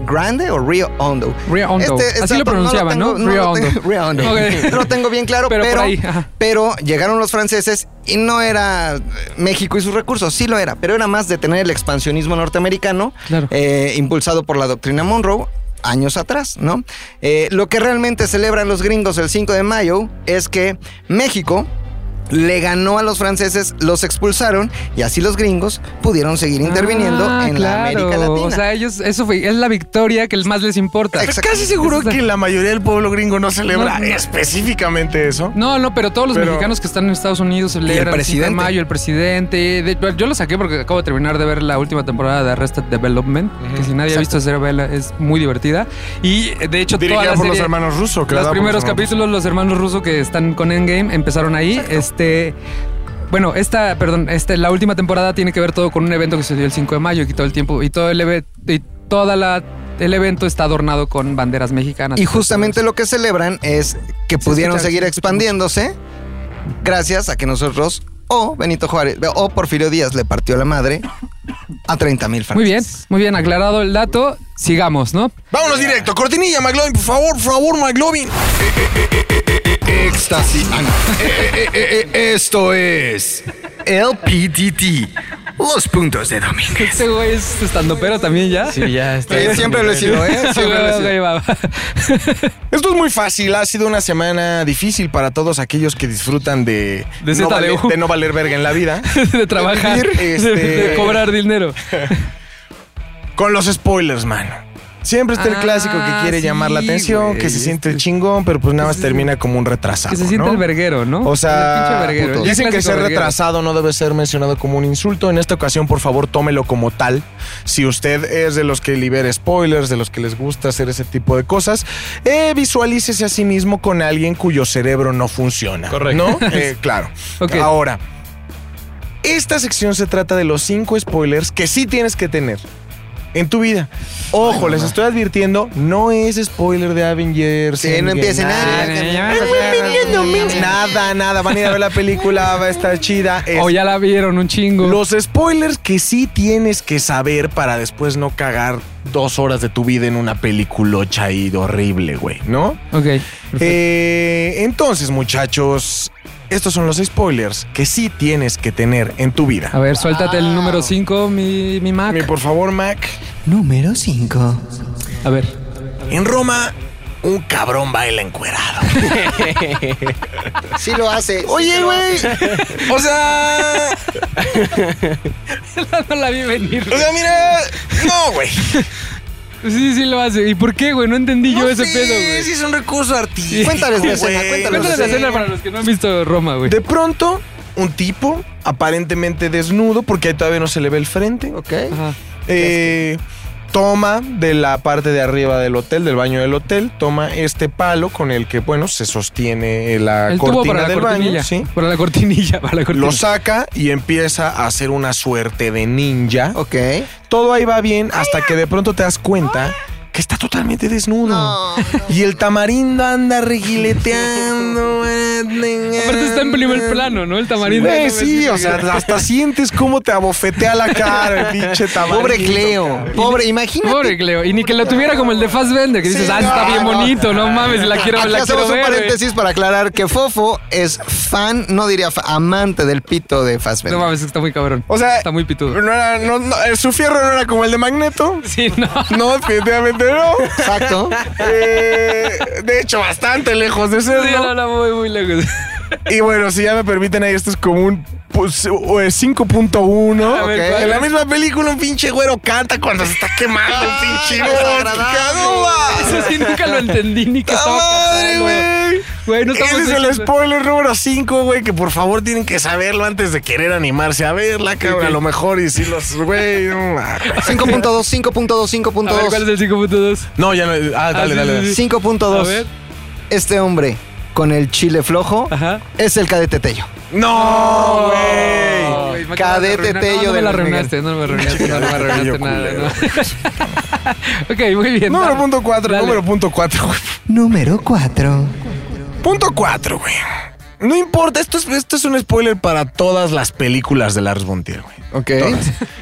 [SPEAKER 3] Grande o Río Hondo.
[SPEAKER 2] Rio Hondo.
[SPEAKER 3] Este- este
[SPEAKER 2] Así lo
[SPEAKER 3] dato
[SPEAKER 2] pronunciaban, ¿no?
[SPEAKER 3] lo tengo-
[SPEAKER 2] Rio
[SPEAKER 3] lo tengo-
[SPEAKER 2] Hondo.
[SPEAKER 3] Rio Hondo.
[SPEAKER 2] Ok.
[SPEAKER 3] No lo tengo bien claro,
[SPEAKER 2] Pero
[SPEAKER 3] pero,
[SPEAKER 2] por
[SPEAKER 3] pero,
[SPEAKER 2] ahí, ajá.
[SPEAKER 3] llegaron los franceses y no era eh, México y sus recursos, sí lo era, pero era más de tener el expansionismo norteamericano
[SPEAKER 2] Claro.
[SPEAKER 3] eh, impulsado por la doctrina Monroe años atrás, ¿no? Eh, lo que realmente celebran los gringos el 5 de mayo es que México le ganó a los franceses, los expulsaron y así los gringos pudieron seguir interviniendo
[SPEAKER 2] Ah,
[SPEAKER 3] en la
[SPEAKER 2] claro.
[SPEAKER 3] América Latina.
[SPEAKER 2] O sea, ellos, eso fue, es la victoria que más les importa.
[SPEAKER 3] Exacto.
[SPEAKER 1] Pues Casi seguro que la mayoría del pueblo gringo no celebra
[SPEAKER 2] No, no.
[SPEAKER 1] específicamente eso.
[SPEAKER 2] No, no, pero todos los
[SPEAKER 1] Pero-
[SPEAKER 2] mexicanos que están en Estados Unidos celebran el 5 de
[SPEAKER 3] presidente.
[SPEAKER 2] mayo, el presidente. De- yo lo saqué porque acabo de terminar de ver la última temporada de Arrested Development, que si nadie ha visto esa vela es muy divertida. Y eh, de hecho, toda
[SPEAKER 1] Dirigida
[SPEAKER 2] la
[SPEAKER 1] por los
[SPEAKER 2] serie-
[SPEAKER 1] hermanos rusos,
[SPEAKER 2] los primeros capítulos, los hermanos rusos que están con Endgame empezaron ahí. Este. Bueno, esta, perdón, este, la última temporada tiene que ver todo con un evento que se dio el 5 de mayo y que todo el tiempo y todo el, eve- y toda la, el evento está adornado con banderas mexicanas.
[SPEAKER 3] Y justamente lo que celebran es que pudieron
[SPEAKER 2] escucha,
[SPEAKER 3] seguir
[SPEAKER 2] sí, escucha
[SPEAKER 3] expandiéndose gracias a que nosotros o Benito Juárez o Porfirio Díaz le partió la madre a 30 mil
[SPEAKER 2] Muy bien, muy bien aclarado el dato. Sigamos, ¿no?
[SPEAKER 1] Vámonos directo. Cortinilla, McLovin, por favor, por favor, McLovin.
[SPEAKER 10] Éxtasis. Ah, no. Eh, eh, eh, eh, esto es LPDT. Los puntos de domingo.
[SPEAKER 2] Este güey es estando pero también ya.
[SPEAKER 4] Sí, ya está.
[SPEAKER 3] siempre lo he sido, ¿eh?
[SPEAKER 2] Sí,
[SPEAKER 3] Siempre lo he
[SPEAKER 2] güey,
[SPEAKER 3] sido.
[SPEAKER 2] güey, va.
[SPEAKER 1] Esto es muy fácil. Ha sido una semana difícil para todos aquellos que disfrutan de,
[SPEAKER 2] De
[SPEAKER 1] no,
[SPEAKER 2] ZDU.
[SPEAKER 1] valer, de no valer verga en la vida.
[SPEAKER 2] de trabajar,
[SPEAKER 1] vivir,
[SPEAKER 2] de- de
[SPEAKER 1] este-
[SPEAKER 2] cobrar dinero.
[SPEAKER 1] Con los spoilers, mano. Siempre está el
[SPEAKER 2] Ah,
[SPEAKER 1] clásico que quiere
[SPEAKER 2] sí,
[SPEAKER 1] llamar la atención,
[SPEAKER 2] güey,
[SPEAKER 1] que se siente
[SPEAKER 2] este-
[SPEAKER 1] chingón, pero pues nada más
[SPEAKER 2] se-
[SPEAKER 1] termina como un retrasado.
[SPEAKER 2] Que se siente
[SPEAKER 1] ¿no?
[SPEAKER 2] el verguero, ¿no?
[SPEAKER 1] O sea,
[SPEAKER 2] El pinche verguero,
[SPEAKER 1] puto.
[SPEAKER 2] el
[SPEAKER 1] dicen que
[SPEAKER 2] clásico
[SPEAKER 1] ser
[SPEAKER 2] verguero.
[SPEAKER 1] retrasado no debe ser mencionado como un insulto. En esta ocasión, por favor, tómelo como tal. Si usted es de los que libera spoilers, de los que les gusta hacer ese tipo de cosas, eh, visualícese a sí mismo con alguien cuyo cerebro no funciona.
[SPEAKER 4] Correcto.
[SPEAKER 1] ¿No? Eh, claro.
[SPEAKER 2] Ok.
[SPEAKER 1] Ahora, esta sección se trata de los cinco spoilers que sí tienes que tener. En tu vida. Ojo, les estoy advirtiendo, no es spoiler de Avengers.
[SPEAKER 3] Sí, no
[SPEAKER 1] Endgame,
[SPEAKER 3] empiecen Ah,
[SPEAKER 1] nada. Nada, nada. Van a ir a ver la película, va a estar chida. Es-
[SPEAKER 2] O ya la vieron un chingo.
[SPEAKER 1] Los spoilers que sí tienes que saber para después no cagar dos horas de tu vida en una peliculocha y horrible, güey, ¿no?
[SPEAKER 2] Ok. perfecto.
[SPEAKER 1] Eh, entonces, muchachos, estos son los spoilers que sí tienes que tener en tu
[SPEAKER 2] A
[SPEAKER 1] vida.
[SPEAKER 2] ver, suéltate el número 5, mi, mi Mac.
[SPEAKER 1] Mi, por favor, Mac.
[SPEAKER 3] Número 5.
[SPEAKER 2] A ver.
[SPEAKER 1] En Roma, un cabrón baila encuerado.
[SPEAKER 3] Sí lo hace.
[SPEAKER 1] Oye, güey. O sea,
[SPEAKER 2] no la vi venir.
[SPEAKER 1] o sea, mira. No, güey.
[SPEAKER 2] Sí, sí lo hace. ¿Y por qué, güey? No entendí yo
[SPEAKER 1] No
[SPEAKER 2] ese
[SPEAKER 1] sé,
[SPEAKER 2] pedo, güey.
[SPEAKER 1] sí es un recurso artístico.
[SPEAKER 3] Cuéntales la
[SPEAKER 1] güey.
[SPEAKER 3] escena, cuéntales
[SPEAKER 2] Cuéntale la
[SPEAKER 3] sí.
[SPEAKER 2] escena para los que no han visto Roma, güey.
[SPEAKER 1] De pronto, un tipo aparentemente desnudo, porque todavía no se le ve el frente,
[SPEAKER 3] Ok.
[SPEAKER 2] Ajá.
[SPEAKER 1] eh, toma de la parte de arriba del hotel, del baño del hotel, toma este palo con el que, bueno, se sostiene la
[SPEAKER 2] El tubo
[SPEAKER 1] cortina
[SPEAKER 2] para la
[SPEAKER 1] del
[SPEAKER 2] cortinilla.
[SPEAKER 1] baño, ¿sí?
[SPEAKER 2] Para la cortinilla, para la
[SPEAKER 1] Lo
[SPEAKER 2] cortinilla.
[SPEAKER 1] saca y empieza a hacer una suerte de ninja.
[SPEAKER 3] Ok.
[SPEAKER 1] Todo ahí va bien hasta que de pronto te das cuenta que está totalmente desnudo. Y el tamarindo anda regileteando.
[SPEAKER 2] Aparte está en primer plano, ¿no? El tamarindo.
[SPEAKER 1] Güey,
[SPEAKER 2] No
[SPEAKER 1] sí,
[SPEAKER 2] ves-
[SPEAKER 1] o sea, hasta sientes cómo te abofetea la cara, el pinche tamarindo.
[SPEAKER 3] Pobre Cleo. Pobre, imagínate.
[SPEAKER 2] Pobre Cleo. Y ni que lo tuviera como el de Fassbender, que dices,
[SPEAKER 3] Sí,
[SPEAKER 2] ah, está
[SPEAKER 3] no,
[SPEAKER 2] bien
[SPEAKER 3] no.
[SPEAKER 2] bonito, no mames, la quiero,
[SPEAKER 3] Aquí
[SPEAKER 2] la quiero
[SPEAKER 3] hacemos un
[SPEAKER 2] ver. eh. güey.
[SPEAKER 3] paréntesis para aclarar que Fofo es fan, no diría fa- amante del pito de
[SPEAKER 2] No
[SPEAKER 3] Fassbender.
[SPEAKER 2] mames, está muy cabrón.
[SPEAKER 1] O sea,
[SPEAKER 2] está muy pitudo.
[SPEAKER 1] No era- no- no, eh, su fierro no era como el de Magneto.
[SPEAKER 2] Sí, no.
[SPEAKER 1] No, definitivamente no.
[SPEAKER 3] Exacto.
[SPEAKER 1] Eh, de hecho, bastante lejos de serlo.
[SPEAKER 2] Sí, no, no, muy, muy lejos.
[SPEAKER 1] Y bueno, si ya me permiten ahí, esto es como un pues, o, eh, 5.1.
[SPEAKER 2] A ver,
[SPEAKER 1] Ok.
[SPEAKER 2] ¿cuál
[SPEAKER 1] En la
[SPEAKER 2] es?
[SPEAKER 1] misma película, un pinche güero canta cuando se está quemando un pinche
[SPEAKER 3] desagradable.
[SPEAKER 1] vodka.
[SPEAKER 2] Eso sí, nunca lo entendí ni que
[SPEAKER 1] ¡No,
[SPEAKER 2] estaba
[SPEAKER 1] madre,
[SPEAKER 2] pasando,
[SPEAKER 1] güey!
[SPEAKER 2] Güey, no estamos
[SPEAKER 1] Ese es el
[SPEAKER 2] hechos-
[SPEAKER 1] spoiler número 5, güey, que por favor tienen que saberlo antes de querer animarse a verla, cabrón. A lo mejor, y si los, güey. no, ah.
[SPEAKER 3] 5.2, 5.2,
[SPEAKER 2] A ver, ¿cuál
[SPEAKER 3] 5.2.
[SPEAKER 2] es el 5.2?
[SPEAKER 1] No, ya no. Ah, dale,
[SPEAKER 2] sí,
[SPEAKER 1] dale, dale.
[SPEAKER 2] sí, sí. A ver.
[SPEAKER 3] 5.2. Este hombre con el chile flojo
[SPEAKER 2] Ajá.
[SPEAKER 3] es el cadete Tello.
[SPEAKER 1] No, güey.
[SPEAKER 2] Oh, Güey, me acabas de
[SPEAKER 3] Cadete
[SPEAKER 2] arruinar.
[SPEAKER 3] Tello
[SPEAKER 2] no, no me
[SPEAKER 3] de
[SPEAKER 2] la
[SPEAKER 3] Luis
[SPEAKER 2] arruinaste, no me arruinaste, no me arruinaste nada.
[SPEAKER 1] culero.
[SPEAKER 2] ¿no? ok, muy bien.
[SPEAKER 1] Número
[SPEAKER 2] dale.
[SPEAKER 1] punto cuatro,
[SPEAKER 2] Dale.
[SPEAKER 1] número punto cuatro, güey.
[SPEAKER 3] Número 4.
[SPEAKER 1] Punto cuatro, güey. No importa, esto es, esto es un spoiler para todas las películas de Lars von Trier, güey.
[SPEAKER 3] Ok.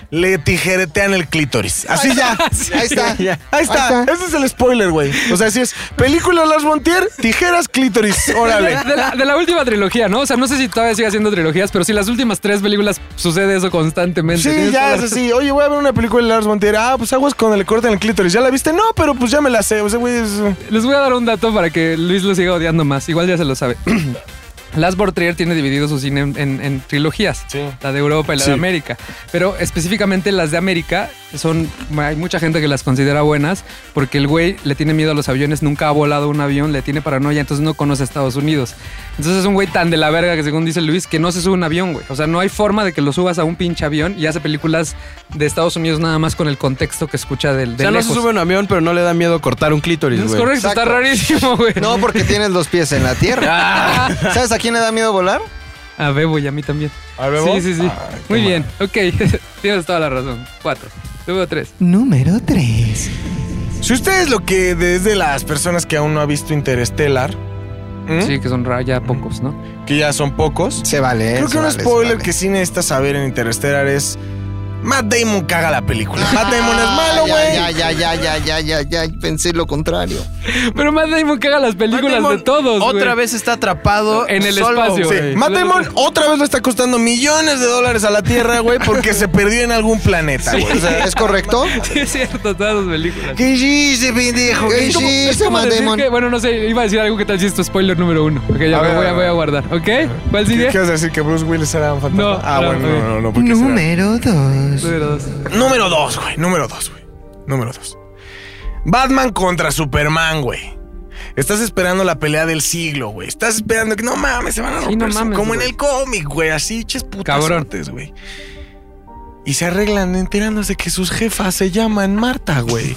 [SPEAKER 1] Le tijeretean el clítoris. Así ya.
[SPEAKER 3] Ahí está.
[SPEAKER 1] Ahí está. Ese es el spoiler, güey. O sea, si es película Lars von Trier, tijeras, clítoris. Órale.
[SPEAKER 2] De la, de la última trilogía, ¿no? O sea, no sé si todavía sigue haciendo trilogías, pero sí, las últimas tres películas sucede eso constantemente.
[SPEAKER 1] Sí,
[SPEAKER 2] Tienes toda
[SPEAKER 1] ya
[SPEAKER 2] la
[SPEAKER 1] es así. Oye, voy a ver una película de Lars von Trier. Ah, pues aguas cuando le cortan el clítoris. ¿Ya la viste? No, pero pues ya me la sé. O sea, güey, es...
[SPEAKER 2] Les voy a dar un dato para que Luis lo siga odiando más. Igual ya se lo sabe. Lars Bortrier tiene dividido su cine en, en- en trilogías,
[SPEAKER 1] Sí.
[SPEAKER 2] la de Europa y la
[SPEAKER 1] Sí.
[SPEAKER 2] de América, pero específicamente las de América son hay mucha gente que las considera buenas porque el güey le tiene miedo a los aviones, nunca ha volado un avión, le tiene paranoia, entonces no conoce a Estados Unidos. Entonces es un güey tan de la verga que según dice Luis que no se sube a un avión, güey. O sea, no hay forma de que lo subas a un pinche avión y hace películas de Estados Unidos nada más con el contexto que escucha del
[SPEAKER 4] O
[SPEAKER 2] de
[SPEAKER 4] sea, no se
[SPEAKER 2] lejos.
[SPEAKER 4] sube un avión, pero no le da miedo cortar un clítoris,
[SPEAKER 2] es
[SPEAKER 4] güey.
[SPEAKER 2] correcto, está
[SPEAKER 3] Exacto.
[SPEAKER 2] rarísimo, güey.
[SPEAKER 3] No, porque tienes los pies en la tierra.
[SPEAKER 2] Ah.
[SPEAKER 3] ¿Sabes a quién le da miedo volar?
[SPEAKER 2] A Bebo y a mí también.
[SPEAKER 1] ¿A Bebo?
[SPEAKER 2] Sí, sí, sí. Muy bien. Ok, tienes toda la razón. Cuatro. Luego tres.
[SPEAKER 3] Número 3.
[SPEAKER 1] Si ustedes lo que desde las personas que aún no ha visto Interstellar, ¿m?
[SPEAKER 2] Sí, que son ra- ya pocos, ¿no?
[SPEAKER 1] que ya son pocos,
[SPEAKER 3] Se vale, eh,
[SPEAKER 1] creo
[SPEAKER 3] se
[SPEAKER 1] que un
[SPEAKER 3] vale, se
[SPEAKER 1] spoiler
[SPEAKER 3] vale.
[SPEAKER 1] que sí necesitas saber en Interstellar es Matt Damon caga la película. Matt Damon es malo,
[SPEAKER 3] Ah,
[SPEAKER 1] güey.
[SPEAKER 3] Ya, ya, ya, ya, ya, ya, ya, ya, pensé lo contrario.
[SPEAKER 2] Pero Matt Damon caga las películas
[SPEAKER 4] Matt Damon
[SPEAKER 2] de todos.
[SPEAKER 4] Otra
[SPEAKER 2] Pues, güey.
[SPEAKER 4] vez está atrapado
[SPEAKER 2] En el
[SPEAKER 4] solo,
[SPEAKER 2] espacio,
[SPEAKER 4] güey.
[SPEAKER 2] güey.
[SPEAKER 1] Matt Damon otra vez le está costando millones de dólares a la Tierra, güey, porque se perdió en algún planeta, güey. O
[SPEAKER 3] O sea,
[SPEAKER 1] sea,
[SPEAKER 3] ¿Es correcto?
[SPEAKER 2] Sí, es cierto, todas las películas.
[SPEAKER 3] ¿Qué hice, pendejo? ¿Qué
[SPEAKER 2] Es como- es
[SPEAKER 3] hice,
[SPEAKER 2] como
[SPEAKER 3] Matt
[SPEAKER 2] decir
[SPEAKER 3] Damon?
[SPEAKER 2] que- bueno, no sé, iba a decir algo que tal si es tu spoiler número uno. Ok, ya
[SPEAKER 1] A
[SPEAKER 2] me
[SPEAKER 1] ver,
[SPEAKER 2] voy,
[SPEAKER 1] a ver.
[SPEAKER 2] a, voy a guardar. ¿Ok? ¿Cuál sigue?
[SPEAKER 1] ¿Quieres decir que Bruce Willis era un fantasma?
[SPEAKER 2] No,
[SPEAKER 1] ah,
[SPEAKER 2] no,
[SPEAKER 1] bueno,
[SPEAKER 2] güey.
[SPEAKER 1] no, no, no. ¿por qué será?
[SPEAKER 3] Número 2.
[SPEAKER 2] Número dos.
[SPEAKER 1] Número dos, güey. Número dos, güey. Número dos. Batman contra Superman, güey. Estás esperando la pelea del siglo, güey. Estás esperando que no mames, se van a
[SPEAKER 2] Sí,
[SPEAKER 1] romper.
[SPEAKER 2] no
[SPEAKER 1] su-
[SPEAKER 2] mames,
[SPEAKER 1] como en
[SPEAKER 2] güey.
[SPEAKER 1] el cómic, güey. Así, ches putas
[SPEAKER 2] Cabrón.
[SPEAKER 1] suertes, güey. Y se arreglan enterándose que sus jefas se llaman Marta, güey.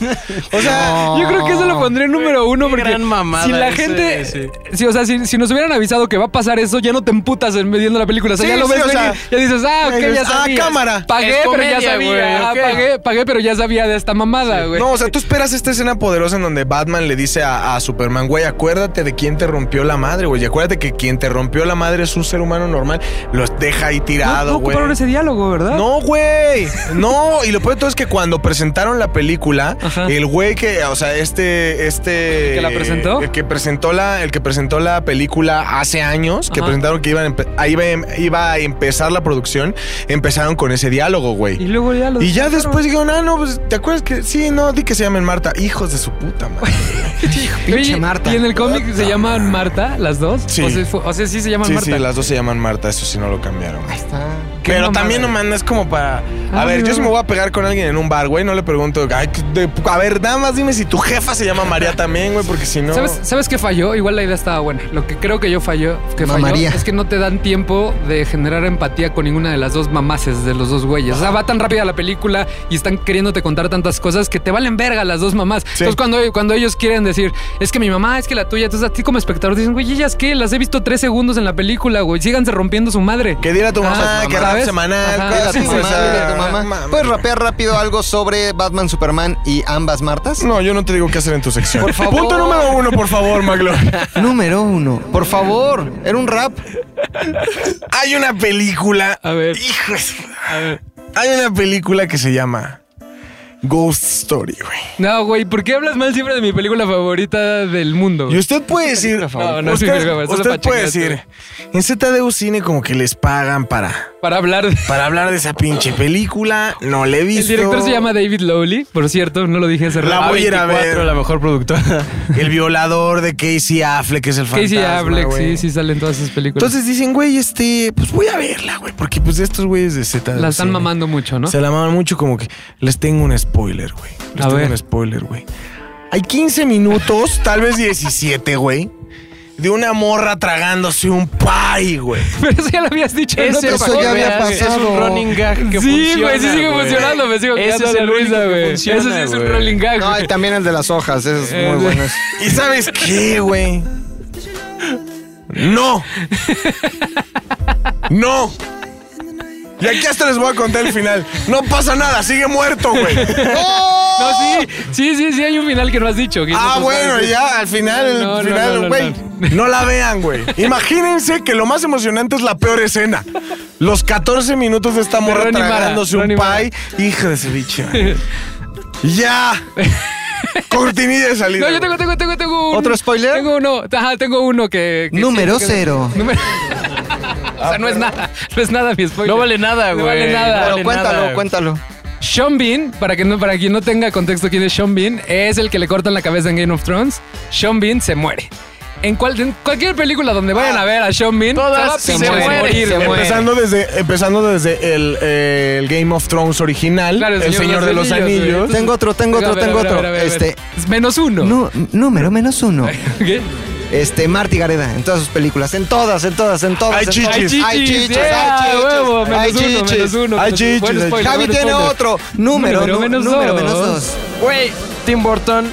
[SPEAKER 1] O sea,
[SPEAKER 2] Yo creo que eso lo pondré en número uno
[SPEAKER 4] qué
[SPEAKER 2] porque
[SPEAKER 4] gran mamada
[SPEAKER 2] si la
[SPEAKER 4] ese,
[SPEAKER 2] gente,
[SPEAKER 4] sí.
[SPEAKER 2] sí, o sea, si, si nos hubieran avisado que va a pasar eso, ya no te emputas en viendo la película, o sea,
[SPEAKER 1] Sí,
[SPEAKER 2] ya lo
[SPEAKER 1] sí,
[SPEAKER 2] ves
[SPEAKER 1] o sea,
[SPEAKER 2] venir, ya dices, ah, ok, ya
[SPEAKER 1] dices, ah,
[SPEAKER 2] sabía,
[SPEAKER 1] cámara.
[SPEAKER 2] pagué,
[SPEAKER 4] Es comedia,
[SPEAKER 2] pero ya sabía,
[SPEAKER 4] güey,
[SPEAKER 2] ah,
[SPEAKER 4] ok.
[SPEAKER 2] pagué, pagué, pero ya sabía de esta mamada, güey.
[SPEAKER 1] No, o sea, tú esperas esta escena poderosa en donde Batman le dice a, a Superman, güey, acuérdate de quién te rompió la madre, güey. Y Acuérdate que quien te rompió la madre es un ser humano normal. Los deja ahí
[SPEAKER 2] no, no
[SPEAKER 1] tirado, güey.
[SPEAKER 2] ocuparon ese diálogo, ¿verdad?
[SPEAKER 1] No, güey. No, y lo peor de todo es que cuando presentaron la película,
[SPEAKER 2] Ajá.
[SPEAKER 1] el güey que, o sea, este, este.
[SPEAKER 2] ¿El que la presentó?
[SPEAKER 1] El que presentó la, el que presentó la película hace años, que
[SPEAKER 2] Ajá.
[SPEAKER 1] presentaron que iban a empe- ahí iba, a em- iba a empezar la producción, empezaron con ese diálogo, güey.
[SPEAKER 2] Y luego ya lo
[SPEAKER 1] Y ya después dijeron, ah, no, pues, ¿te acuerdas que sí? No, di que se llamen Marta. Hijos de su puta madre.
[SPEAKER 3] pinche
[SPEAKER 2] Oye,
[SPEAKER 3] Marta.
[SPEAKER 2] Y en el cómic se llaman Marta, las dos.
[SPEAKER 1] Sí.
[SPEAKER 2] O sea, fu- o sea, sí se llaman
[SPEAKER 1] Sí,
[SPEAKER 2] Marta.
[SPEAKER 1] sí, las dos se llaman Marta, eso sí no lo cambiaron.
[SPEAKER 3] Ahí está.
[SPEAKER 2] Qué
[SPEAKER 1] Pero
[SPEAKER 2] mamada,
[SPEAKER 1] también no
[SPEAKER 2] güey.
[SPEAKER 1] mandas como para. A
[SPEAKER 2] Ay,
[SPEAKER 1] ver, yo si
[SPEAKER 2] no.
[SPEAKER 1] me voy a pegar con alguien en un bar, güey, no le pregunto. "Ay, qué- de- a ver, nada más dime si tu jefa se llama María también, güey, porque si no.
[SPEAKER 2] ¿Sabes, ¿Sabes qué falló? Igual la idea estaba buena. Lo que creo que yo falló, que falló
[SPEAKER 3] Mamaría.
[SPEAKER 2] es que no te dan tiempo de generar empatía con ninguna de las dos mamaces de los dos güeyes. O sea, va tan rápida la película y están queriéndote contar tantas cosas que te valen verga las dos mamás. Entonces, cuando, cuando ellos quieren decir, es que mi mamá, es que la tuya, entonces a ti como espectador dicen, güey, ¿ellas qué? Las he visto tres segundos en la película, güey. Síganse rompiendo su madre.
[SPEAKER 1] Que dile a tu mamá,
[SPEAKER 2] mamá,
[SPEAKER 1] que rap
[SPEAKER 2] ¿sabes?
[SPEAKER 1] semanal,
[SPEAKER 2] Ajá.
[SPEAKER 1] cosas
[SPEAKER 3] Dile a
[SPEAKER 1] así,
[SPEAKER 3] tu
[SPEAKER 1] o
[SPEAKER 3] mamá,
[SPEAKER 1] sea,
[SPEAKER 3] dile a tu mamá.
[SPEAKER 1] mames.
[SPEAKER 3] ¿Puedes rapear rápido algo sobre Batman, Superman y ambas Martas?
[SPEAKER 1] No, yo no te digo qué hacer en tu sección.
[SPEAKER 3] Por favor.
[SPEAKER 1] Punto número uno, por favor, Maglón.
[SPEAKER 3] Número uno. Por favor, era un rap.
[SPEAKER 1] Hay una película.
[SPEAKER 2] A ver.
[SPEAKER 1] Hijo de su- Hay una película que se llama Ghost Story, güey.
[SPEAKER 2] No, güey, ¿por qué hablas mal siempre de mi película favorita del mundo?
[SPEAKER 1] Y
[SPEAKER 2] güey?
[SPEAKER 1] usted puede decir,
[SPEAKER 2] favorita? No, no es mi
[SPEAKER 1] usted,
[SPEAKER 2] película favorita, solo
[SPEAKER 1] usted
[SPEAKER 2] para
[SPEAKER 1] puede
[SPEAKER 2] checar
[SPEAKER 1] decir, en ZDU Cine como que les pagan para,
[SPEAKER 2] Para hablar de...
[SPEAKER 1] para hablar de esa pinche película, no le he
[SPEAKER 2] El
[SPEAKER 1] visto.
[SPEAKER 2] director se llama David Lowley, por cierto, no lo dije hace
[SPEAKER 1] La
[SPEAKER 2] rato.
[SPEAKER 1] voy a ir a ver.
[SPEAKER 4] A24, la mejor productora.
[SPEAKER 1] El violador de Casey Affleck, que es el fantasma,
[SPEAKER 2] Casey Affleck,
[SPEAKER 1] güey.
[SPEAKER 2] sí, sí salen todas esas películas.
[SPEAKER 1] Entonces dicen, güey, este, pues voy a verla, güey, porque pues estos güeyes de ZDU
[SPEAKER 2] la están
[SPEAKER 1] Cine
[SPEAKER 2] mamando mucho, ¿no?
[SPEAKER 1] Se la maman mucho como que les tengo un spoiler, güey. Les
[SPEAKER 2] A
[SPEAKER 1] tengo
[SPEAKER 2] ver.
[SPEAKER 1] un spoiler, güey. Hay 15 minutos, tal vez 17, güey, de una morra tragándose un pie, güey.
[SPEAKER 2] Pero eso ya lo habías dicho. en otro
[SPEAKER 3] eso
[SPEAKER 2] podcast.
[SPEAKER 3] ya había
[SPEAKER 4] güey, Es
[SPEAKER 3] pasado.
[SPEAKER 4] un running gag que funciona.
[SPEAKER 2] Sí, güey, sí sigue funcionando. Me sigo
[SPEAKER 4] Ese
[SPEAKER 2] quedando
[SPEAKER 4] es
[SPEAKER 2] de
[SPEAKER 4] el único
[SPEAKER 2] risa,
[SPEAKER 4] que
[SPEAKER 2] güey. Eso sí
[SPEAKER 4] funciona,
[SPEAKER 2] es un
[SPEAKER 4] güey.
[SPEAKER 2] rolling gag.
[SPEAKER 3] No,
[SPEAKER 2] güey.
[SPEAKER 3] y también el de las hojas, ese es
[SPEAKER 2] Eh,
[SPEAKER 3] muy bueno. ese.
[SPEAKER 1] ¿Y sabes qué, güey? No. No. Y aquí hasta les voy a contar el final. No pasa nada, sigue muerto, güey.
[SPEAKER 2] No, sí, sí, sí, sí, hay un final que no has dicho. que
[SPEAKER 1] Ah,
[SPEAKER 2] nosotros
[SPEAKER 1] bueno,
[SPEAKER 2] sabes.
[SPEAKER 1] ya, al final, el
[SPEAKER 2] No, no, no,
[SPEAKER 1] final,
[SPEAKER 2] no,
[SPEAKER 1] güey. No, la vean, güey. Imagínense que lo más emocionante es la peor escena. Los 14 minutos de esta morra
[SPEAKER 2] Ronnie Mara,
[SPEAKER 1] tragándose un
[SPEAKER 2] Ronnie Mara.
[SPEAKER 1] pie. Hijo de su bicho. ya. Cortinilla de salida.
[SPEAKER 2] No, yo tengo, tengo, tengo, tengo un-
[SPEAKER 3] ¿Otro spoiler?
[SPEAKER 2] Tengo uno, ajá, tengo uno que... que
[SPEAKER 3] Número
[SPEAKER 2] sí, que-
[SPEAKER 3] cero.
[SPEAKER 2] Número- o sea, no es nada, no es nada mi spoiler.
[SPEAKER 4] No vale nada, güey.
[SPEAKER 2] No vale nada.
[SPEAKER 4] No
[SPEAKER 3] Pero
[SPEAKER 4] vale
[SPEAKER 3] cuéntalo,
[SPEAKER 4] nada.
[SPEAKER 3] cuéntalo.
[SPEAKER 2] Sean Bean, para, que no, para quien no tenga contexto quién es Sean Bean, es el que le cortan la cabeza en Game of Thrones. Sean Bean se muere. En, cual- en cualquier película donde vayan a ver a Sean Bean,
[SPEAKER 4] Todas se
[SPEAKER 2] pinche
[SPEAKER 4] mueren,
[SPEAKER 2] morir,
[SPEAKER 4] se
[SPEAKER 2] güey.
[SPEAKER 3] mueren.
[SPEAKER 1] Empezando desde, empezando desde el, eh, el Game of Thrones original,
[SPEAKER 2] Claro,
[SPEAKER 1] el, Señor de los
[SPEAKER 2] Anillos, güey.
[SPEAKER 1] Anillos.
[SPEAKER 3] Tengo otro, tengo
[SPEAKER 2] Venga,
[SPEAKER 3] otro,
[SPEAKER 2] a ver,
[SPEAKER 3] tengo
[SPEAKER 2] a ver,
[SPEAKER 3] otro.
[SPEAKER 2] a ver, a ver.
[SPEAKER 3] Este,
[SPEAKER 2] Menos uno.
[SPEAKER 3] nu- número menos uno.
[SPEAKER 2] ¿Qué?
[SPEAKER 3] Este, Marty Gareda, en todas sus películas. En todas, en todas, en todas.
[SPEAKER 1] Hay
[SPEAKER 3] en
[SPEAKER 1] chichis.
[SPEAKER 3] todas.
[SPEAKER 1] Hay
[SPEAKER 2] chichis, yeah, huevo, menos
[SPEAKER 3] hay
[SPEAKER 2] uno, menos
[SPEAKER 3] chichis.
[SPEAKER 2] uno,
[SPEAKER 1] Hay
[SPEAKER 2] menos-
[SPEAKER 1] chichis,
[SPEAKER 2] buen
[SPEAKER 1] hay
[SPEAKER 2] spoiler,
[SPEAKER 3] Javi
[SPEAKER 2] buen
[SPEAKER 3] tiene
[SPEAKER 2] spoiler.
[SPEAKER 3] otro. Número,
[SPEAKER 2] Número
[SPEAKER 3] nu-
[SPEAKER 2] menos
[SPEAKER 3] número
[SPEAKER 2] dos.
[SPEAKER 3] menos dos.
[SPEAKER 4] Güey, Tim Burton,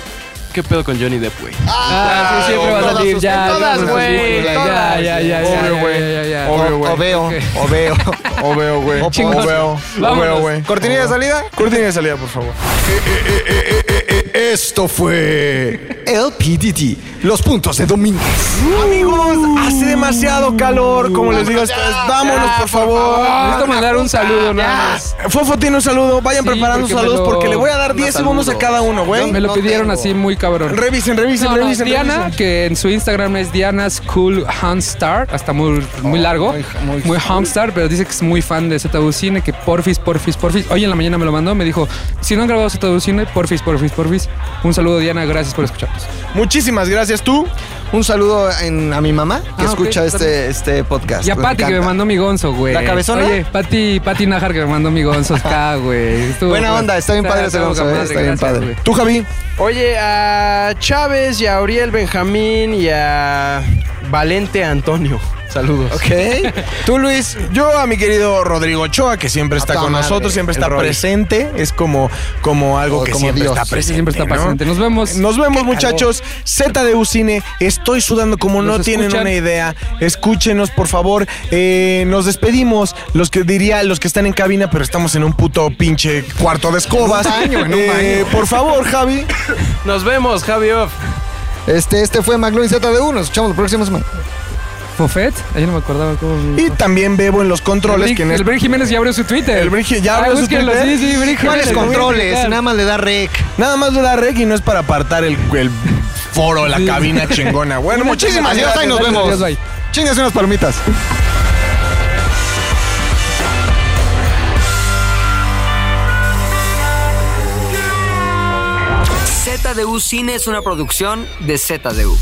[SPEAKER 4] ¿qué pedo con Johnny Depp, güey?
[SPEAKER 2] Ah, sí, siempre va a
[SPEAKER 3] todas
[SPEAKER 2] salir.
[SPEAKER 3] sus-
[SPEAKER 2] Ya,
[SPEAKER 3] todas,
[SPEAKER 2] ya,
[SPEAKER 3] güey,
[SPEAKER 2] Ya,
[SPEAKER 3] todas.
[SPEAKER 2] ya, ya, ya,
[SPEAKER 1] Obvio,
[SPEAKER 2] ya,
[SPEAKER 1] güey.
[SPEAKER 2] ya, ya, ya.
[SPEAKER 1] Obvio,
[SPEAKER 3] O
[SPEAKER 1] güey.
[SPEAKER 3] veo, o veo.
[SPEAKER 1] O veo, güey. O
[SPEAKER 2] Chingón.
[SPEAKER 1] veo. O
[SPEAKER 2] Vámonos.
[SPEAKER 1] veo, güey.
[SPEAKER 3] ¿Cortinilla
[SPEAKER 2] Oh.
[SPEAKER 3] de salida?
[SPEAKER 1] Cortina de salida, por favor.
[SPEAKER 10] Esto fue
[SPEAKER 3] LPDT.
[SPEAKER 10] los puntos de Domínguez.
[SPEAKER 1] Amigos, hace demasiado calor. Como les digo, esto es- vámonos, por favor.
[SPEAKER 2] Necesito mandar un saludo nada más.
[SPEAKER 1] Fofo tiene un saludo. Vayan
[SPEAKER 2] Sí,
[SPEAKER 1] preparando
[SPEAKER 2] porque me
[SPEAKER 1] saludos
[SPEAKER 2] lo-
[SPEAKER 1] porque le voy a dar
[SPEAKER 4] unos
[SPEAKER 1] 10 segundos a
[SPEAKER 4] saludos.
[SPEAKER 1] cada uno, güey.
[SPEAKER 2] Me lo
[SPEAKER 3] no
[SPEAKER 2] pidieron
[SPEAKER 3] tengo.
[SPEAKER 2] así muy cabrón.
[SPEAKER 1] Revisen, revisen,
[SPEAKER 2] No, no,
[SPEAKER 1] revisen,
[SPEAKER 2] Diana,
[SPEAKER 1] revisen.
[SPEAKER 2] que en su Instagram es Diana's Cool Hamstar, hasta muy, muy largo, muy, Hamstar, pero dice que es muy fan de ZW Cine, que porfis, porfis, porfis. Hoy en la mañana me lo mandó, me dijo, si no han grabado ZW Cine, porfis, porfis, porfis. Un saludo, Diana, gracias por escucharnos.
[SPEAKER 1] Muchísimas gracias tú.
[SPEAKER 3] Un saludo en- a mi mamá que
[SPEAKER 2] Ah, ok,
[SPEAKER 3] escucha este,
[SPEAKER 2] también.
[SPEAKER 3] este podcast.
[SPEAKER 2] Y a
[SPEAKER 3] Me
[SPEAKER 2] Pati, que me
[SPEAKER 3] encanta.
[SPEAKER 2] mandó mi gonzo, güey.
[SPEAKER 3] ¿La cabezona?
[SPEAKER 2] Oye, Pati, Pati Najar, que me mandó mi gonzo, acá, güey. Estuvo-
[SPEAKER 3] Buena onda, está bien padre ese
[SPEAKER 2] poca
[SPEAKER 3] gonzo, eh,
[SPEAKER 2] madre,
[SPEAKER 3] está bien
[SPEAKER 2] gracias,
[SPEAKER 3] padre.
[SPEAKER 2] güey.
[SPEAKER 1] Tú, Javi.
[SPEAKER 4] Oye, a Chávez y a Uriel Benjamín y a Valente Antonio. Saludos.
[SPEAKER 3] Ok.
[SPEAKER 1] Tú, Luis. Yo a mi querido Rodrigo Ochoa, que siempre está
[SPEAKER 3] toda
[SPEAKER 1] con
[SPEAKER 3] madre,
[SPEAKER 1] nosotros, siempre
[SPEAKER 3] el
[SPEAKER 1] está
[SPEAKER 3] Rodri.
[SPEAKER 1] presente. Es como, como algo
[SPEAKER 3] O
[SPEAKER 1] que
[SPEAKER 3] como
[SPEAKER 1] siempre
[SPEAKER 3] Dios.
[SPEAKER 1] está presente.
[SPEAKER 2] Siempre está
[SPEAKER 1] ¿no?
[SPEAKER 2] presente. Nos vemos.
[SPEAKER 1] Nos vemos, muchachos. ZDU Cine. Estoy sudando como no
[SPEAKER 2] ¿Nos
[SPEAKER 1] tienen
[SPEAKER 2] escuchan?
[SPEAKER 1] una idea. Escúchenos, por favor. Eh, nos despedimos. Los que diría, los que están en cabina, pero estamos en un puto pinche cuarto de escobas.
[SPEAKER 3] En un baño, en un
[SPEAKER 1] Eh, por favor, Javi.
[SPEAKER 4] Nos vemos, Javi Off.
[SPEAKER 3] Este, este fue McLuhan ZD1. Nos escuchamos la próxima semana.
[SPEAKER 2] Fofet, ahí no me acordaba cómo.
[SPEAKER 1] Y también Bebo en los controles.
[SPEAKER 2] El
[SPEAKER 1] que en
[SPEAKER 2] Brin-
[SPEAKER 1] este-
[SPEAKER 2] el Brin Jiménez ya abrió su Twitter.
[SPEAKER 1] El Brin Ji- ya
[SPEAKER 2] Ah,
[SPEAKER 1] abrió su
[SPEAKER 2] búsquenlo,
[SPEAKER 1] Twitter.
[SPEAKER 2] Sí, sí, Brin
[SPEAKER 3] ¿Cuáles
[SPEAKER 2] Jiménez,
[SPEAKER 3] controles?
[SPEAKER 2] güey.
[SPEAKER 3] Nada más le da rec.
[SPEAKER 1] Nada más le da rec y no es para apartar el, el foro, la cabina chingona. Bueno, muchísimas
[SPEAKER 3] Adiós,
[SPEAKER 1] gracias.
[SPEAKER 3] ahí nos
[SPEAKER 2] Adiós, adiós,
[SPEAKER 3] vemos.
[SPEAKER 2] bye.
[SPEAKER 3] Chingas unas palomitas.
[SPEAKER 11] ZDU Cine es una producción de ZDU.